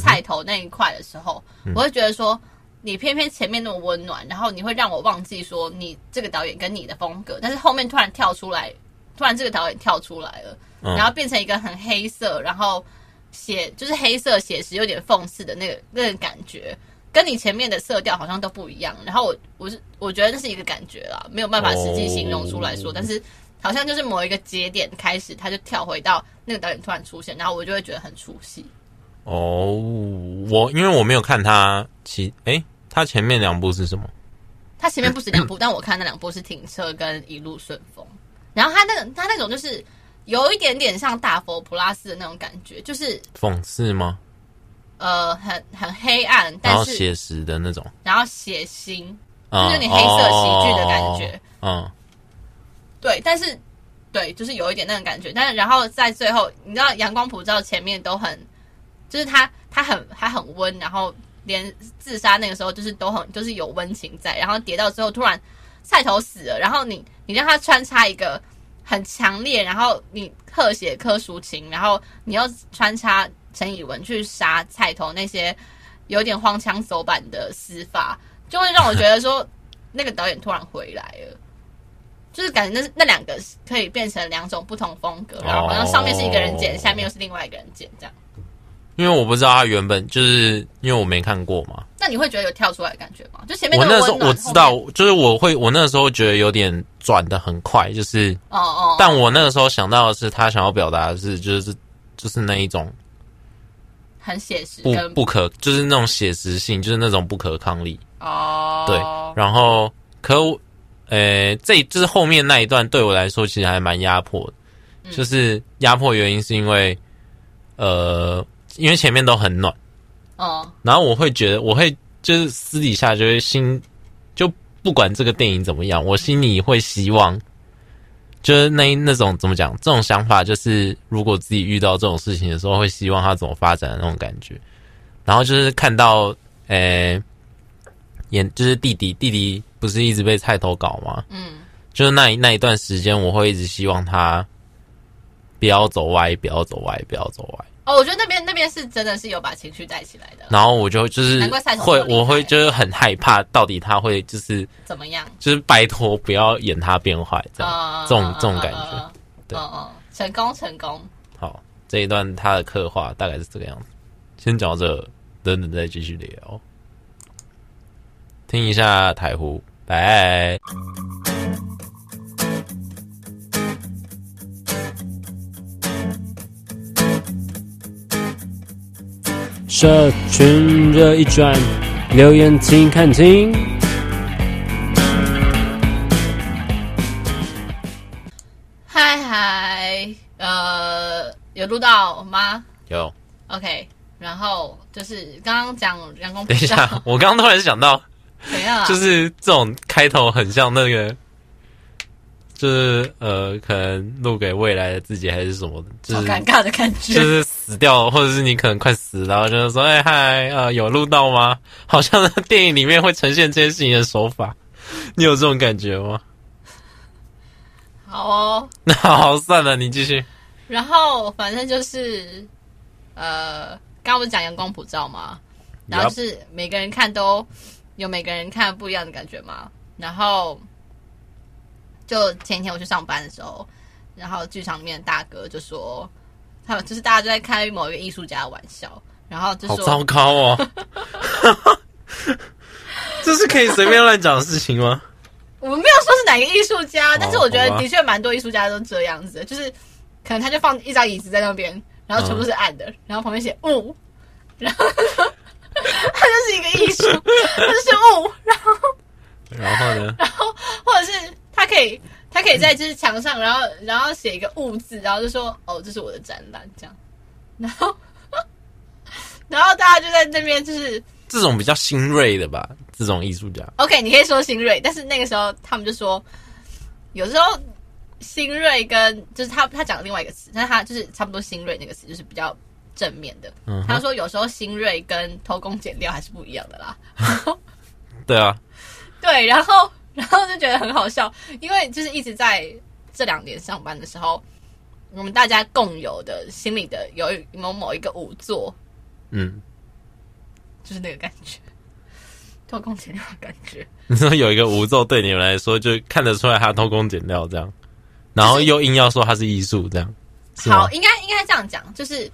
菜头那一块的时候，我会觉得说。你偏偏前面那么温暖，然后你会让我忘记说你这个导演跟你的风格，但是后面突然跳出来，突然这个导演跳出来了，
嗯
然后变成一个很黑色，然后写就是黑色写实，有点讽刺的那个那个感觉，跟你前面的色调好像都不一样。然后我我是我觉得那是一个感觉啦，没有办法实际形容出来说，
哦
但是好像就是某一个节点开始，他就跳回到那个导演突然出现，然后我就会觉得很出戏。
哦，我因为我没有看他其诶，他前面两部是什么？
他前面不止 两部，但我看那两部是停车跟一路顺风。然后他那个他那种就是有一点点像大佛普拉斯的那种感觉，就是
讽刺吗？
呃很很黑暗，
然
但
后
是
写实的那种，
然后血腥，
嗯
就是有点黑色喜剧的感觉。。
哦
对，但是对，就是有一点那种感觉。但是然后在最后，你知道阳光普照前面都很，就是他他很还很温，然后连自杀那个时候就是都很就是有温情在，然后跌到最后突然菜头死了，然后你你让他穿插一个很强烈，然后你特写柯淑琴，然后你又穿插陈以文去杀菜头那些有点荒腔走板的死法，就会让我觉得说那个导演突然回来了。就是感觉那那两个可以变成两种不同风格，然后好像上面是一个人剪，
哦
下面又是另外一个人剪这样。
嗯，因为我不知道他原本就是因为我没看过嘛，
那你会觉得有跳出来的感觉吗？就前面
我
都
那
有
时候
温暖
我知道
后面，
就是我会，我那时候觉得有点转的很快，就是
哦哦，
但我那个时候想到的是，他想要表达的是，就是就是那一种
很写实
不
跟
不可，就是那种写实性，就是那种不可抗力。
哦，
对，然后可我，呃，这就是后面那一段对我来说其实还蛮压迫的，就是压迫原因是因为，呃，因为前面都很暖，
哦，
然后我会觉得我会就是私底下就会心就不管这个电影怎么样，我心里会希望。就是那那种怎么讲，这种想法就是，如果自己遇到这种事情的时候，会希望它怎么发展的那种感觉。然后就是看到，呃、演就是弟弟，弟弟不是一直被菜头搞吗？
嗯，
就是那一那一段时间，我会一直希望他不要走歪，不要走歪，不要走歪。
哦，我觉得那边那边是真的是有把情绪带起来的，
然后我就就是
难怪菜头
会
那，么厉害
我会就是很害怕，到底他会就是
怎么样？
就是拜托不要演他变坏这样。
啊，
这种这种感觉
嗯
对
嗯嗯，成功成功，
好，这一段他的刻画大概是这个样子。先讲到这，等等再继续聊。听一下台呼，拜。
社群热一转，留言请看清。
嗨嗨，呃，有录到吗
有，
？OK，然后就是刚刚讲员工，
等一 下，，我刚刚突然想到，
怎样啊？
就是这种开头很像那个，就是呃，可能录给未来的自己还是什么的，就
好
是
尴尬的感 觉，
就是死掉，或者是你可能快死，然后就是说，哎嗨，呃，有录到吗？ 好像电影里面会呈现这些事情的手法，你有这种感觉吗？
好哦。
那好，算了，你继续。
然后反正就是，呃，刚刚不是讲阳光普照吗？然后就是每个人看都有每个人看不一样的感觉嘛。然后就前一天我去上班的时候，然后剧场里面的大哥就说，他们就是大家就在开某一个艺术家的玩笑，然后就
好
说
糟糕哦！ 这是可以随便乱讲的事情吗？
我们没有说是哪个艺术家，但是我觉得
哦好吧
的确蛮多艺术家都这样子的，就是可能他就放一张椅子在那边，然后全
嗯
部是暗的，然后旁边写雾，然后 他就是一个艺术，他就是雾，然后
然后呢？
或者是他可以他可以在就是墙上，然后然后写一个物字，然后就说哦，这是我的展览这样， 然后然后大家就在那边就是
这种比较新锐的吧，这种艺术家
OK，你可以说新锐，但是那个时候他们就说，有时候新锐跟就是他他讲了另外一个词，但是他就是差不多新锐那个词，就是比较正面的。
嗯哼
他说有时候新锐跟偷工减料还是不一样的啦。
对啊，
对，然后然后就觉得很好笑，因为就是一直在这两年上班的时候，我们大家共有的心里的有一某某一个仵作，
嗯，
就是那个感觉， 偷工减料的感觉。
你说有一个无咒对你们来说，就看得出来他偷工减料这样，然后又硬要说他是艺术这样，是吗
好，？应该应该这样讲，就是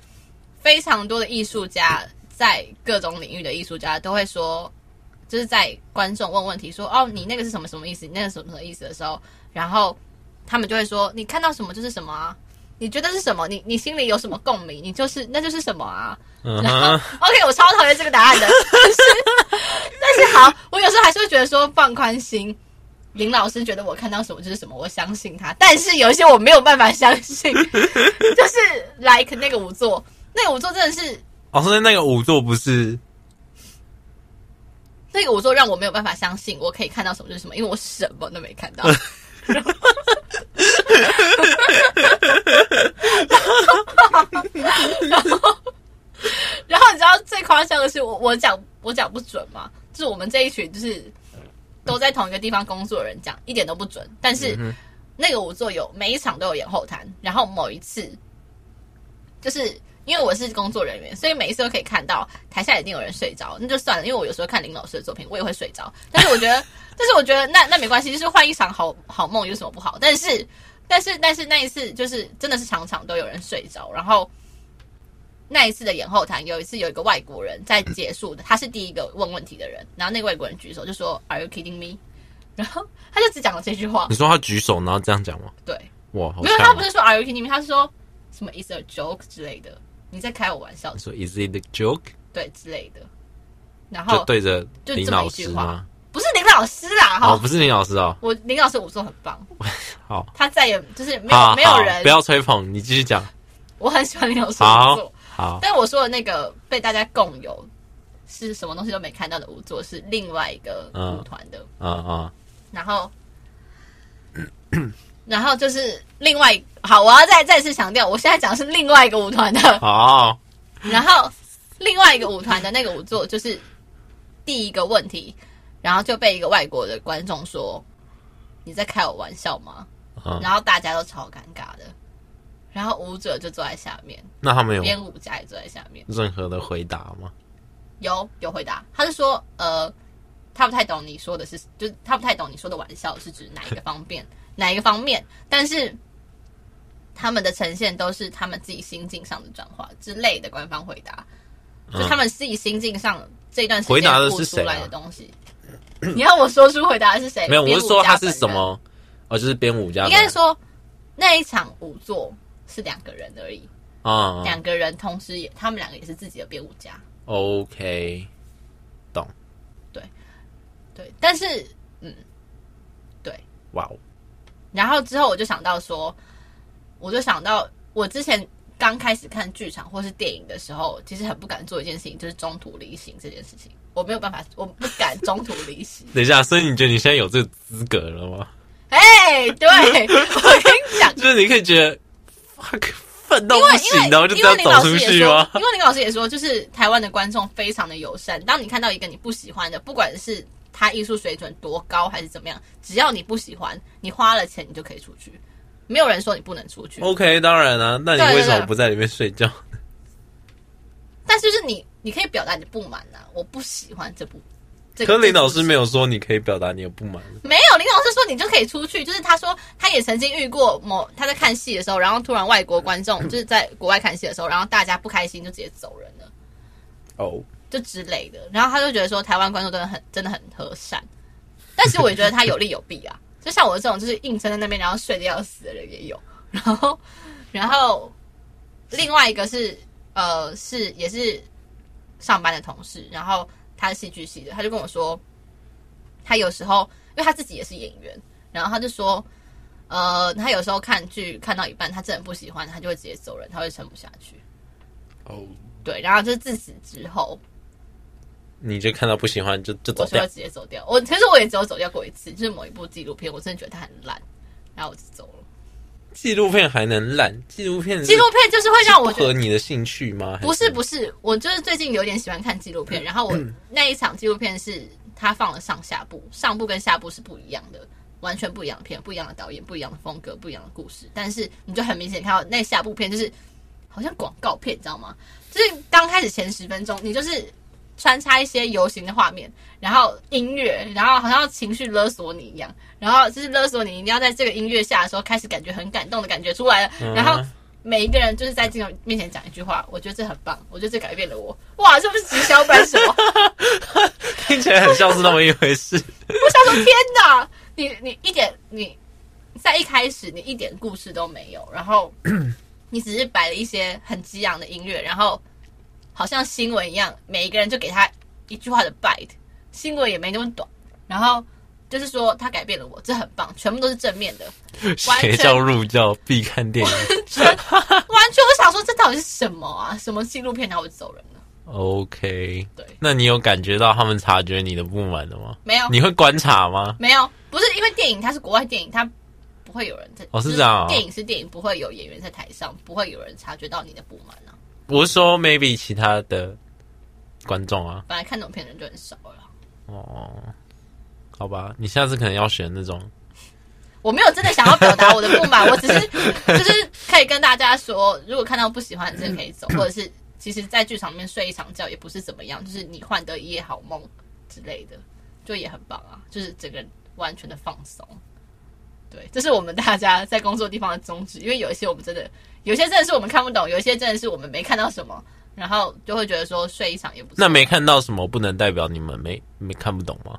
非常多的艺术家在各种领域的艺术家都会说，就是在观众问问题说哦，你那个是什么什么意思？你那个是什么什么意思的时候，然后他们就会说，你看到什么就是什么啊。你觉得是什么？你你心里有什么共鸣？你就是那就是什么啊？
嗯
然后
哼，
OK，我超讨厌这个答案的， 但是但是好，我有时候还是会觉得说放宽心。林老师觉得我看到什么就是什么，我相信他，但是有一些我没有办法相信， 就是 like 那个仵作，那个仵作真的是
哦，所以那个仵作不是
那个仵作让我没有办法相信我可以看到什么就是什么，因为我什么都没看到。然后，然后，然后你知道最夸张的是，我我讲我讲不准嘛，就是我们这一群就是都在同一个地方工作的人讲一点都不准，但是那个仵作有每一场都有演后谈，然后某一次就是因为我是工作人员，所以每一次都可以看到台下一定有人睡着，那就算了。因为我有时候看林老师的作品，我也会睡着，但是我觉得， 但是我觉得那那没关系，就是换一场好好梦有什么不好？但是，但是，但是那一次就是真的是场场都有人睡着，然后。那一次的演后谈，有一次有一个外国人在结束的，他是第一个问问题的人，然后那个外国人举手就说 “Are you kidding me？” 然后他就只讲了这句话
你，说他举手然后这样讲吗？
对，
哇，好
没有
强
他不
哦！
是说 “Are you kidding me”，他是说什么 “Is a joke” 之类的，你在开我玩笑
你说 Is it a joke？
对之类的。然
就
后
对着
就
林
这么
老
一句
师
话
吗？
不是林老师啦，哈、
哦，不是林老师哦，
我林老师我说很棒，
好，
他再也就是没有、
好，
没有
啊好
人
不，要吹捧，你继续讲。
我很喜欢林老师
好
的作，
好，
但我说的那个被大家共有是什么东西都没看到的舞作，是另外一个舞团的，
啊啊，
然后。然后就是另外好，我要再再次强调，我现在讲的是另外一个舞团的，
好，
然后另外一个舞团的那个舞座就是第一个问题，然后就被一个外国的观众说：“你在开我玩笑吗？”
嗯
然后大家都超尴尬的，然后舞者就坐在下面，
那他们有
编舞家也坐在下面。
任何的回答吗？
有有回答，他是说呃，他不太懂你说的是，就是他不太懂你说的玩笑是指哪一个方面， 哪一个方面，但是他们的呈现都是他们自己心境上的转化之类的官方回答，就
嗯
他们自己心境上这段时
回
间
答的
悟
是
出
谁啊
来的东西。你要我说出回答的是谁？
没有，我
编
是
舞
说
家
他是
本人
什？么？哦，就是编舞家的。
应该是说那一场舞作是两个人而已，
啊
两个人同时也，他们两个也是自己的编舞家。
，OK，
对，但是嗯，对，
哇哦，
然后之后我就想到说，我就想到我之前刚开始看剧场或是电影的时候，其实很不敢做一件事情，就是中途离行这件事情。我没有办法，我不敢中途离 行。
等一下，所以你觉得你现在有这个资格了吗？
哎、对，我跟 你讲，
就是你可以觉得 fuck 奋斗
因为
不
因为
行，然后就这
因为
样
林老
走出
师也
去
说
吗，？
因为林老师也说，就是台湾的观众非常的友善。当你看到一个你不喜欢的，不管是他艺术水准多高还是怎么样，只要你不喜欢，你花了钱你就可以出去，没有人说你不能出去。
OK，当然啊，那
对
你
对
为什么
对
不在里面睡觉？
但是就是你，你可以表达你的不满啊，我不喜欢这部这个。
可林老师没有说你可以表达你的不满，
没有，林老师说你就可以出去，就是他说他也曾经遇过某他在看戏的时候，然后突然外国观众就是在国外看戏的时候，然后大家不开心就直接走人了，
哦，
就之类的。然后他就觉得说台湾观众真的很真的很和善，但其实我也觉得他有利有弊啊。就像我这种就是硬撑在那边然后睡得要死的人也有，然后然后另外一个是呃是也是上班的同事，然后他是戏剧系的，他就跟我说，他有时候因为他自己也是演员，然后他就说，呃，他有时候看剧看到一半，他真的不喜欢，他就会直接走人，他会撑不下去。
哦，
对，然后就是自此之后，
你就看到不喜欢就就走
我就
掉
会，直接走掉。我其实我也只有走掉过一次，就是某一部纪录片，我真的觉得它很烂，然后我就走了。
纪录片还能烂？纪录片是
纪录片就是会让我
是
觉
不合
得。
你的兴趣吗？
不是
还嗯
不是，我就是最近有点喜欢看纪录片，然后我那一场纪录片是他放了上下部，上部跟下部是不一样的，完全不一样的片，不一样的导演，不一样的风格，不一样的故事。但是你就很明显看到那下部片就是好像广告片，你知道吗？就是刚开始前十分钟，你就是穿插一些游行的画面，然后音乐，然后好像要情绪勒索你一样，然后就是勒索你一定要在这个音乐下的时候开始感觉很感动的感觉出来了，然后
嗯
每一个人就是在镜头面前讲一句话，我觉得这很棒，我觉得这改变了我，哇，这不是直销啊不然什么？
听起来很像是那么一回事。
我想说，天哪，你你一点你在一开始你一点故事都没有，然后你只是摆了一些很激昂的音乐，然后好像新闻一样，每一个人就给他一句话的 bite，新闻也没那么短，然后就是说他改变了我，这很棒，全部都是正面 的， 完
邪
全
教入教必看电影
完全我想说这到底是什么啊？什么纪录片，然后我就走人了，
，OK。
对，
那你有感觉到他们察觉你的不满了吗？
没有，
你会观察吗？
没有，不是因为电影它是国外电影，它不会有人在。
哦是
就
这样啊
电影是电影，不会有演员在台上，不会有人察觉到你的不满啊。
我是说 maybe 其他的观众啊，
本来看这种片的人就很少了，
哦，好吧，你下次可能要选那种
我没有真的想要表达我的不满，我只是就是可以跟大家说，如果看到不喜欢的真的可以走，或者是其实，在剧场里面睡一场觉也不是怎么样，就是你换得一夜好梦之类的，就也很棒啊，就是整个人完全的放松。对，这是我们大家在工作地方的宗旨，因为有一些我们真的，有一些真的是我们看不懂，有一些真的是我们没看到什么，然后就会觉得说睡一场也不错
那没看到什么，不能代表你们没没看不懂吗？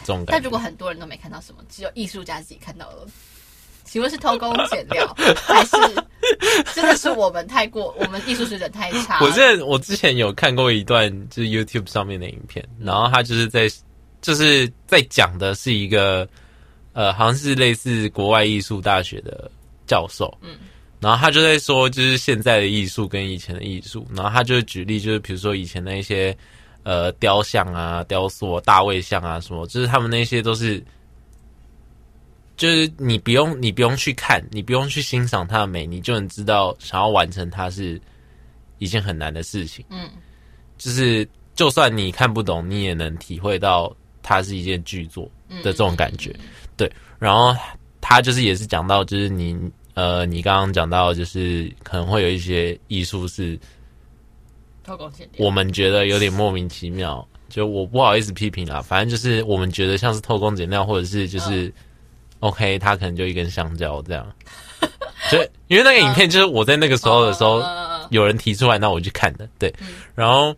这种感
但
觉
如果很多人都没看到什么，只有艺术家自己看到了，请问是偷工减 料，还是真的是我们太过，我们艺术水准太差？
我之前我之前有看过一段就是 YouTube 上面的影片，然后他就是在就是在讲的是一个呃，好像是类似国外艺术大学的教授，嗯，然后他就在说就是现在的艺术跟以前的艺术，然后他就举例就是比如说以前那一些呃雕像啊、雕塑、大卫像啊什么，就是他们那些都是。就是你不用，你不用去看，你不用去欣赏它的美，你就能知道想要完成它是一件很难的事情。
嗯，
就是就算你看不懂，你也能体会到它是一件巨作的这种感觉。对，然后他就是也是讲到，就是你呃，你刚刚讲到，就是可能会有一些艺术是
偷工减料。
我们觉得有点莫名其妙。就我不好意思批评啦，反正就是我们觉得像是偷工减料，或者是就是、OK，他可能就一根香蕉这样。就因为那个影片，就是我在那个时候的时候，
呃
有人提出来，那我去看的。对，然后，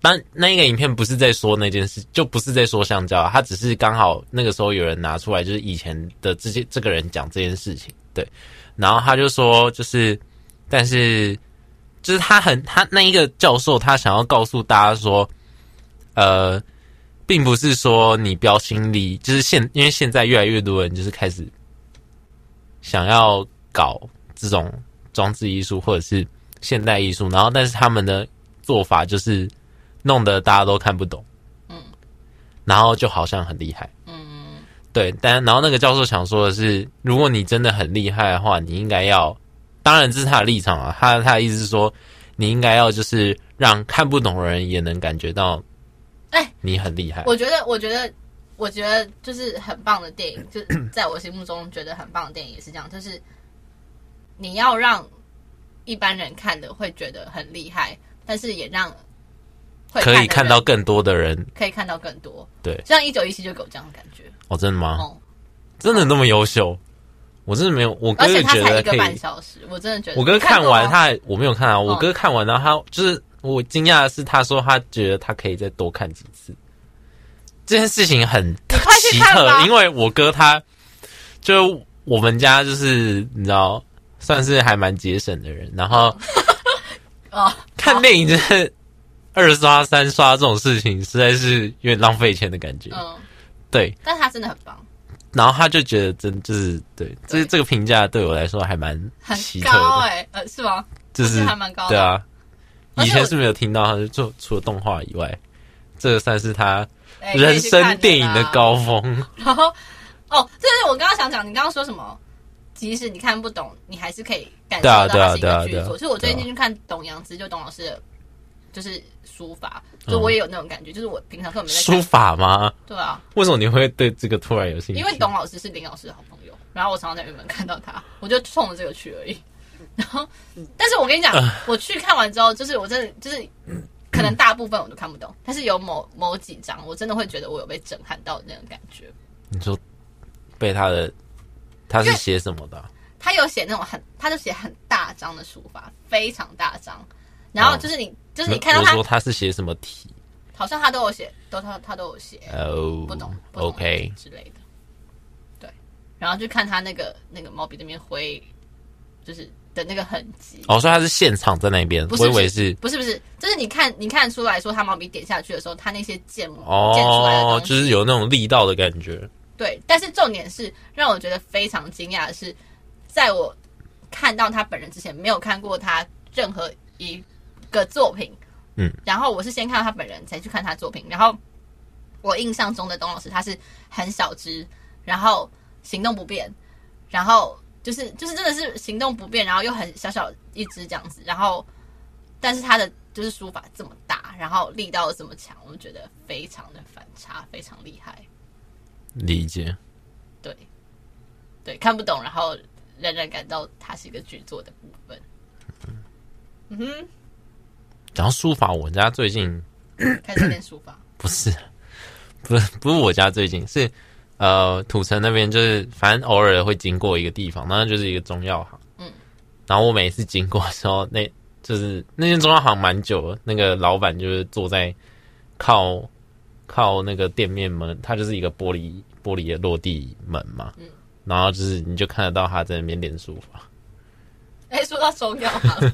但那一个影片不是在说那件事，就不是在说香蕉啊，他只是刚好那个时候有人拿出来，就是以前的这些这个人讲这件事情。对，然后他就说，就是，但是，就是他很他那一个教授，他想要告诉大家说，呃。并不是说你标新立，就是现因为现在越来越多人就是开始想要搞这种装置艺术或者是现代艺术，然后但是他们的做法就是弄得大家都看不懂，
嗯
然后就好像很厉害，
嗯
对，但然后那个教授想说的是，如果你真的很厉害的话，你应该要，当然这是他的立场啊，他他的意思是说，你应该要就是让看不懂的人也能感觉到，
哎，
你很厉害，
我觉得，我觉得，我觉得就是很棒的电影，就是在我心目中觉得很棒的电影也是这样，就是你要让一般人看的会觉得很厉害，但是也让会
可以
看
看
的人
到更多的人。
可以看到更多。
对
就像一九一七就给我这样的感觉。
哦，真的吗？
哦、
真的那么优秀？我真的没有，我哥
而且
就
他
觉
才
得
一个
可以
半小时，我真的觉得
我哥
你看
看
过吗
完他还我没有看啊，我
嗯
哥看完然后他就是我惊讶的是，他说他觉得他可以再多看几次。这件事情很
快
奇
去看吧
特，因为我哥他就我们家就是你知道，算是还蛮节省的人，然后
哦，
看电影就是二刷三刷这种事情，实在是有点浪费钱的感觉。
嗯，
对，
但是他真的很棒，
然后他就觉得真就是对，这
对
这个评价对我来说还蛮
很
奇特
高
的，
哎、呃，是吗？
就是
我觉得还蛮高的
对啊，
而
以
且我
前是没有听到他，就除除了动画以外，这个算是他
哎可
人
以去看
生电影的
啦
高峰。
然后，哦，这是我刚刚想讲，你刚刚说什么？即使你看不懂，你还是可以感受
对啊
到
对啊
它是一个
对啊
剧
对啊
作。所以我最近
对
去看董阳之，就董老师的，就是书法，就我也有那种感觉，就是我平常根本没在看
嗯书，法吗？
对啊，
为什么你会对这个突然有兴趣？
因为董老师是林老师的好朋友，然后我常常在云门看到他，我就冲着这个去而已。 然后，但是我跟你讲，我去看完之后，就是我真的就是，可能大部分我都看不懂，但是有某某几张，我真的会觉得我有被震撼到的那种感觉。
你说被他的他是写什么的啊、
他有写那种很，他就写很大张的书法，非常大张。然后就是你，就是你看到
我
他
说，他是写什么题？
好像他都有写，都他他都有写，
哦、
不懂不懂
o k
之类的。对，然后就看他那个那个毛笔那边挥，就是的那个痕迹。
哦，所以他是现场在那边，
不是
我以为是
不是不是，就是你看你看出来说他毛笔点下去的时候，他那些建模建出来的
哦
东，西，
就是有那种力道的感觉。
对，但是重点是让我觉得非常惊讶的是，在我看到他本人之前，没有看过他任何一个作品。
嗯，
然后我是先看到他本人，才去看他作品。然后我印象中的董老师，他是很小只，然后行动不便，然后就是就是真的是行动不便，然后又很小小一只这样子，然后但是他的就是书法这么大，然后力道又这么强，我觉得非常的反差，非常厉害。
理解，
对，对，看不懂，然后仍然感到它是一个剧作的部分。嗯哼，
然后书法，我家最近
开始练书法。
不是，不是不是我家最近是呃土城那边，就是反正偶尔会经过一个地方，那就是一个中药行。
嗯，
然后我每次经过的时候，那就是那间中药行蛮久了，那个老板就是坐在靠靠那个店面门，它就是一个玻璃玻璃的落地门嘛。
嗯
然后就是你就看得到他在那边练书法。
哎，说到中药行，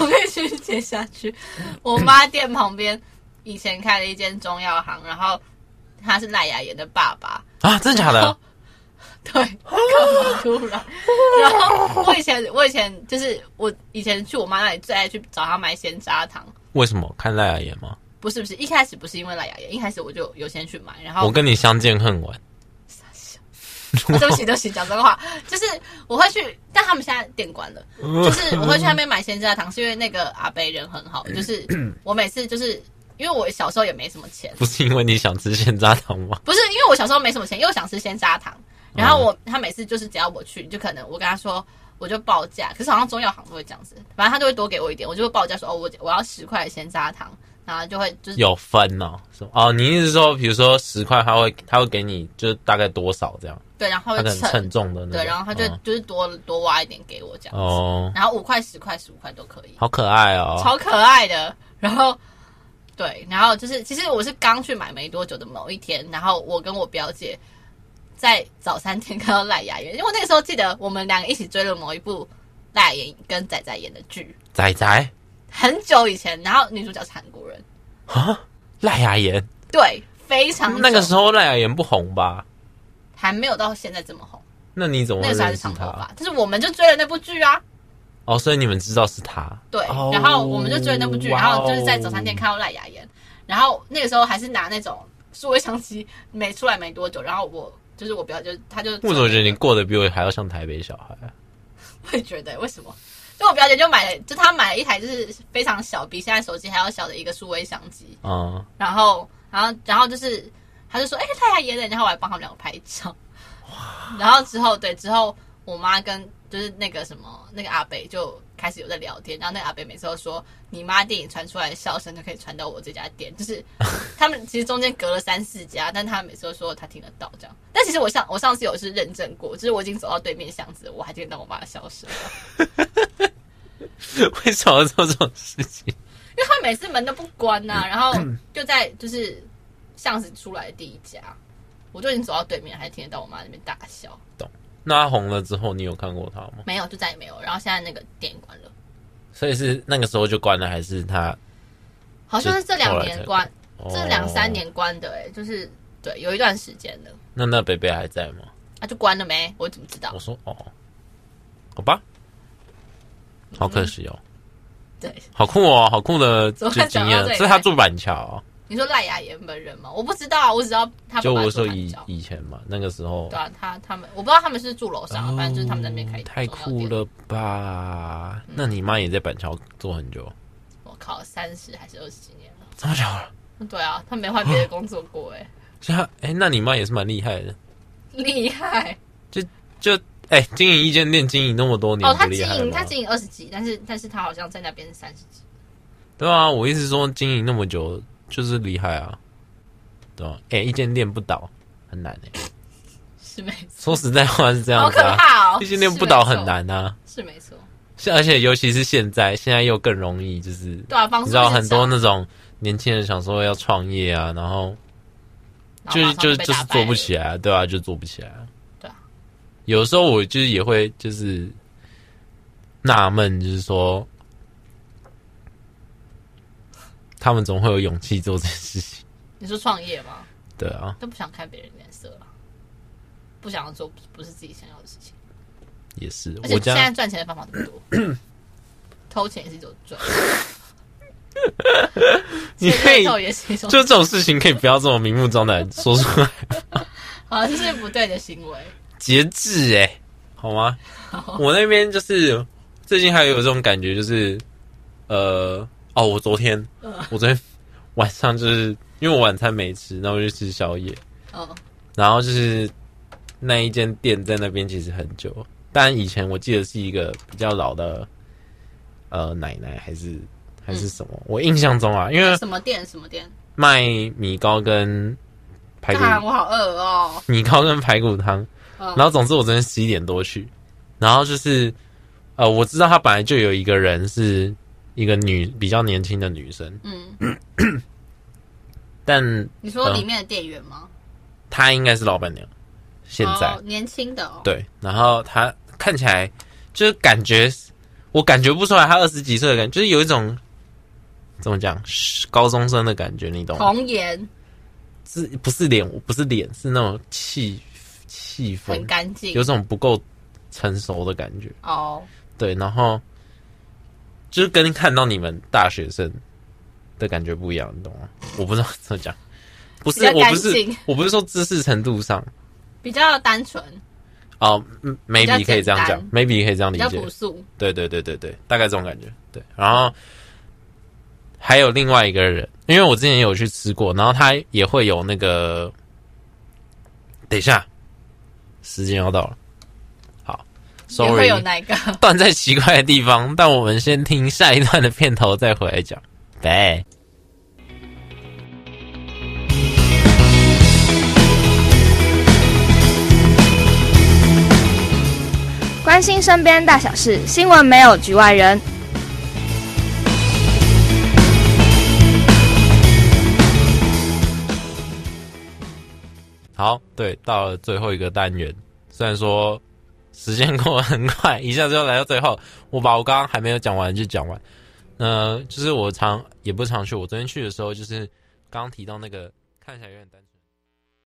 我可以继续接下去。我妈店旁边以前开了一间中药行，然后他是赖雅妍的爸爸，
啊，真的假
然后
的？
对，干嘛突然？然后我以前我以前就是我以前去我妈那里最爱去找她买鲜砂糖，
为什么看赖雅妍吗？
不是不是，一开始不是因为赖雅妍，一开始我就有先去买，然后
我跟你相见恨晚。
啊 对不起，对不起，讲这个话，就是我会去，但他们现在店关 了，就是我会去那边买鲜榨糖，是因为那个阿贝人很好， 就是我每次就是因为我小时候也没什么钱，
不是因为你想吃鲜榨糖 吗？
不是因为我小时候没什么钱，又想吃鲜砂糖，然后我
嗯
他每次就是只要我去，就可能我跟他说我就报价，可是好像中药行都会这样子，反正他就会多给我一点，我就会报价说哦，我我要十块的鲜砂糖，然后就会就是
有分哦，是吗哦，你意思是说，比如说十块，他会他会给你就是大概多少这样，
对，然后
他
他
可
会
能称重的那种
对，然后他就、
嗯
就是多多挖一点给我这样子，
哦，
然后五块、十块、十五块都可以。
好可爱哦，
超可爱的。然后，对，然后就是，其实我是刚去买没多久的某一天，然后我跟我表姐在早餐店看到赖雅妍，因为我那个时候记得我们两个一起追了某一部赖雅妍跟仔仔演的剧，
仔仔
很久以前，然后女主角是韩国人，
啊，赖雅妍，
对，非常久
那个时候赖雅妍不红吧？
还没有到现在这么红，
那你怎么
那
会
个时候还
认识
是长头
他
发？，但是我们就追了那部剧啊，
哦，所以你们知道是他，
对，
哦
然后我们就追了那部剧，然后就是在早餐店
哇哦
看到赖雅妍，然后那个时候还是拿那种数位相机，没出来没多久，然后我就是我表姐就她就
为什么觉得你过得比我还要像台北小孩啊？
会觉得为什么？就我表姐就买了，就她买了一台就是非常小，比现在手机还要小的一个数位相机，
嗯，
然后然后然后就是她就说哎赖雅妍的，然后我还帮他们两个拍照，然后之后对之后我妈跟就是那个什么那个阿北就开始有在聊天，然后那个阿北每次都说你妈电影传出来的笑声就可以传到我这家店，就是他们其实中间隔了三四家，但他每次都说他听得到这样。但其实我上我上次有是认证过，就是我已经走到对面巷子，我还听得到我妈的笑声，
为什么要做这种事情？
因为他每次门都不关
嗯
呐、然后就在就是巷子出来的第一家，我就已经走到对面，还听得到我妈那边大笑。
那他红了之后，你有看过他吗？
没有，就再也没有。然后现在那个店关了，
所以是那个时候就关了，还是他？
好像是这
后
两
来
年
才
关，
哦
这两三。年关的、欸，就是对，有一段时间了。
那那北北还在吗？
啊，就关了没？我怎么知道
我？说哦，好吧，好可惜哦，
对，
好酷哦，好酷的
怎么
这经验
嗯讲到这里，
所以他住板桥哦、
你说赖雅妍本人吗？我不知道啊，我只知道他
就
爸爸
我
住
说
板
以
桥
以前嘛，那个时候
对，啊，他他们我不知道他们是住楼上啊，反正就是他们在那边开
哦太
中药店
酷。了吧？那你妈也在板桥做很久，
我靠，三十还是二十几年了？
这么久了？
对啊，他没换别的工作过、欸，哎，
所以她哎、那你妈也是蛮厉害的，
厉害
就哎、经营一间店经营那么多年，
哦！他
不厉
经
害
营
吗
他经营二十几，但是但是他好像在那边是三十几。
对啊，我意思说经营那么久就是厉害啊，对吧、哎、一间店不倒很难哎、
是没错，
说实在话是这样
好
子
可
啊，
怕哦！
一间店
是
不倒
没错
很，难啊。
是没错。
像而且尤其是现在，现在又更容易，就是
对啊，方
你
式
知道
是
很多
少
那种年轻人想说要创业啊，然后
然后
就
马
是
上
就是
被
就
打
是
败
做不
了
起来，对啊，就做不起来。
对啊，
有时候我就是也会就是纳闷，就是说他们总会有勇气做这件事情，
你说创业吗？
对啊，
都不想看别人脸色了，不想要做不不是自己想要的事情。
也是
而且
我
现在
家
赚钱的方法这么多， 偷钱也是一种赚，
你 可以
偷也是一种，
就这种事情可以不要这么明目张胆说出来，
好像是不对的行为。
节制哎、好吗？我那边就是最近还有这种感觉，就是呃，哦，我昨天我昨天晚上就是因为我晚餐没吃，然后我就吃宵夜，
嗯，
然后就是那一间店在那边其实很久，但以前我记得是一个比较老的呃奶奶还是还是什么，我印象中啊，因为
什么店什么店？
卖米糕跟排骨
看啊我好饿哦。
米糕跟排骨汤，
嗯
然后总之我昨天十一点多去，然后就是呃，我知道他本来就有一个人是一个女比较年轻的女生，
嗯，
但
你说
嗯
里面的店员吗？
她应该是老板娘，现在、
哦年轻的哦，
对，然后她看起来就是感觉我感觉不出来她二十几岁的感觉，就是有一种怎么讲高中生的感觉，你懂吗？
童颜
是不是脸？不是脸，是那种气气氛
很，干净
有种不够成熟的感觉。
哦，
对，然后就是跟看到你们大学生的感觉不一样，你懂吗？我不知道怎么讲，不是
比，较
我不
干
是
净，
我不是说知识程度上
比较单纯，
哦、嗯
较
，maybe 可以
简
这样讲
单
，maybe 可以这样
比
理
较
解
朴，素。
对对对对对，大概这种感觉。对，然后还有另外一个人，因为我之前有去吃过，然后他也会有那个，等一下，时间要到了，好
也会
，sorry，
有哪一个？
断在奇怪的地方，但我们先听下一段的片头再回来讲。 拜。
关心身边大小事，新闻没有局外人。
好，对，到了最后一个单元，虽然说时间过得很快，一下就来到最后，我把我刚刚还没有讲完就讲完。呃，就是我常也不常去，我昨天去的时候，就是刚刚提到那个看起来有点单纯。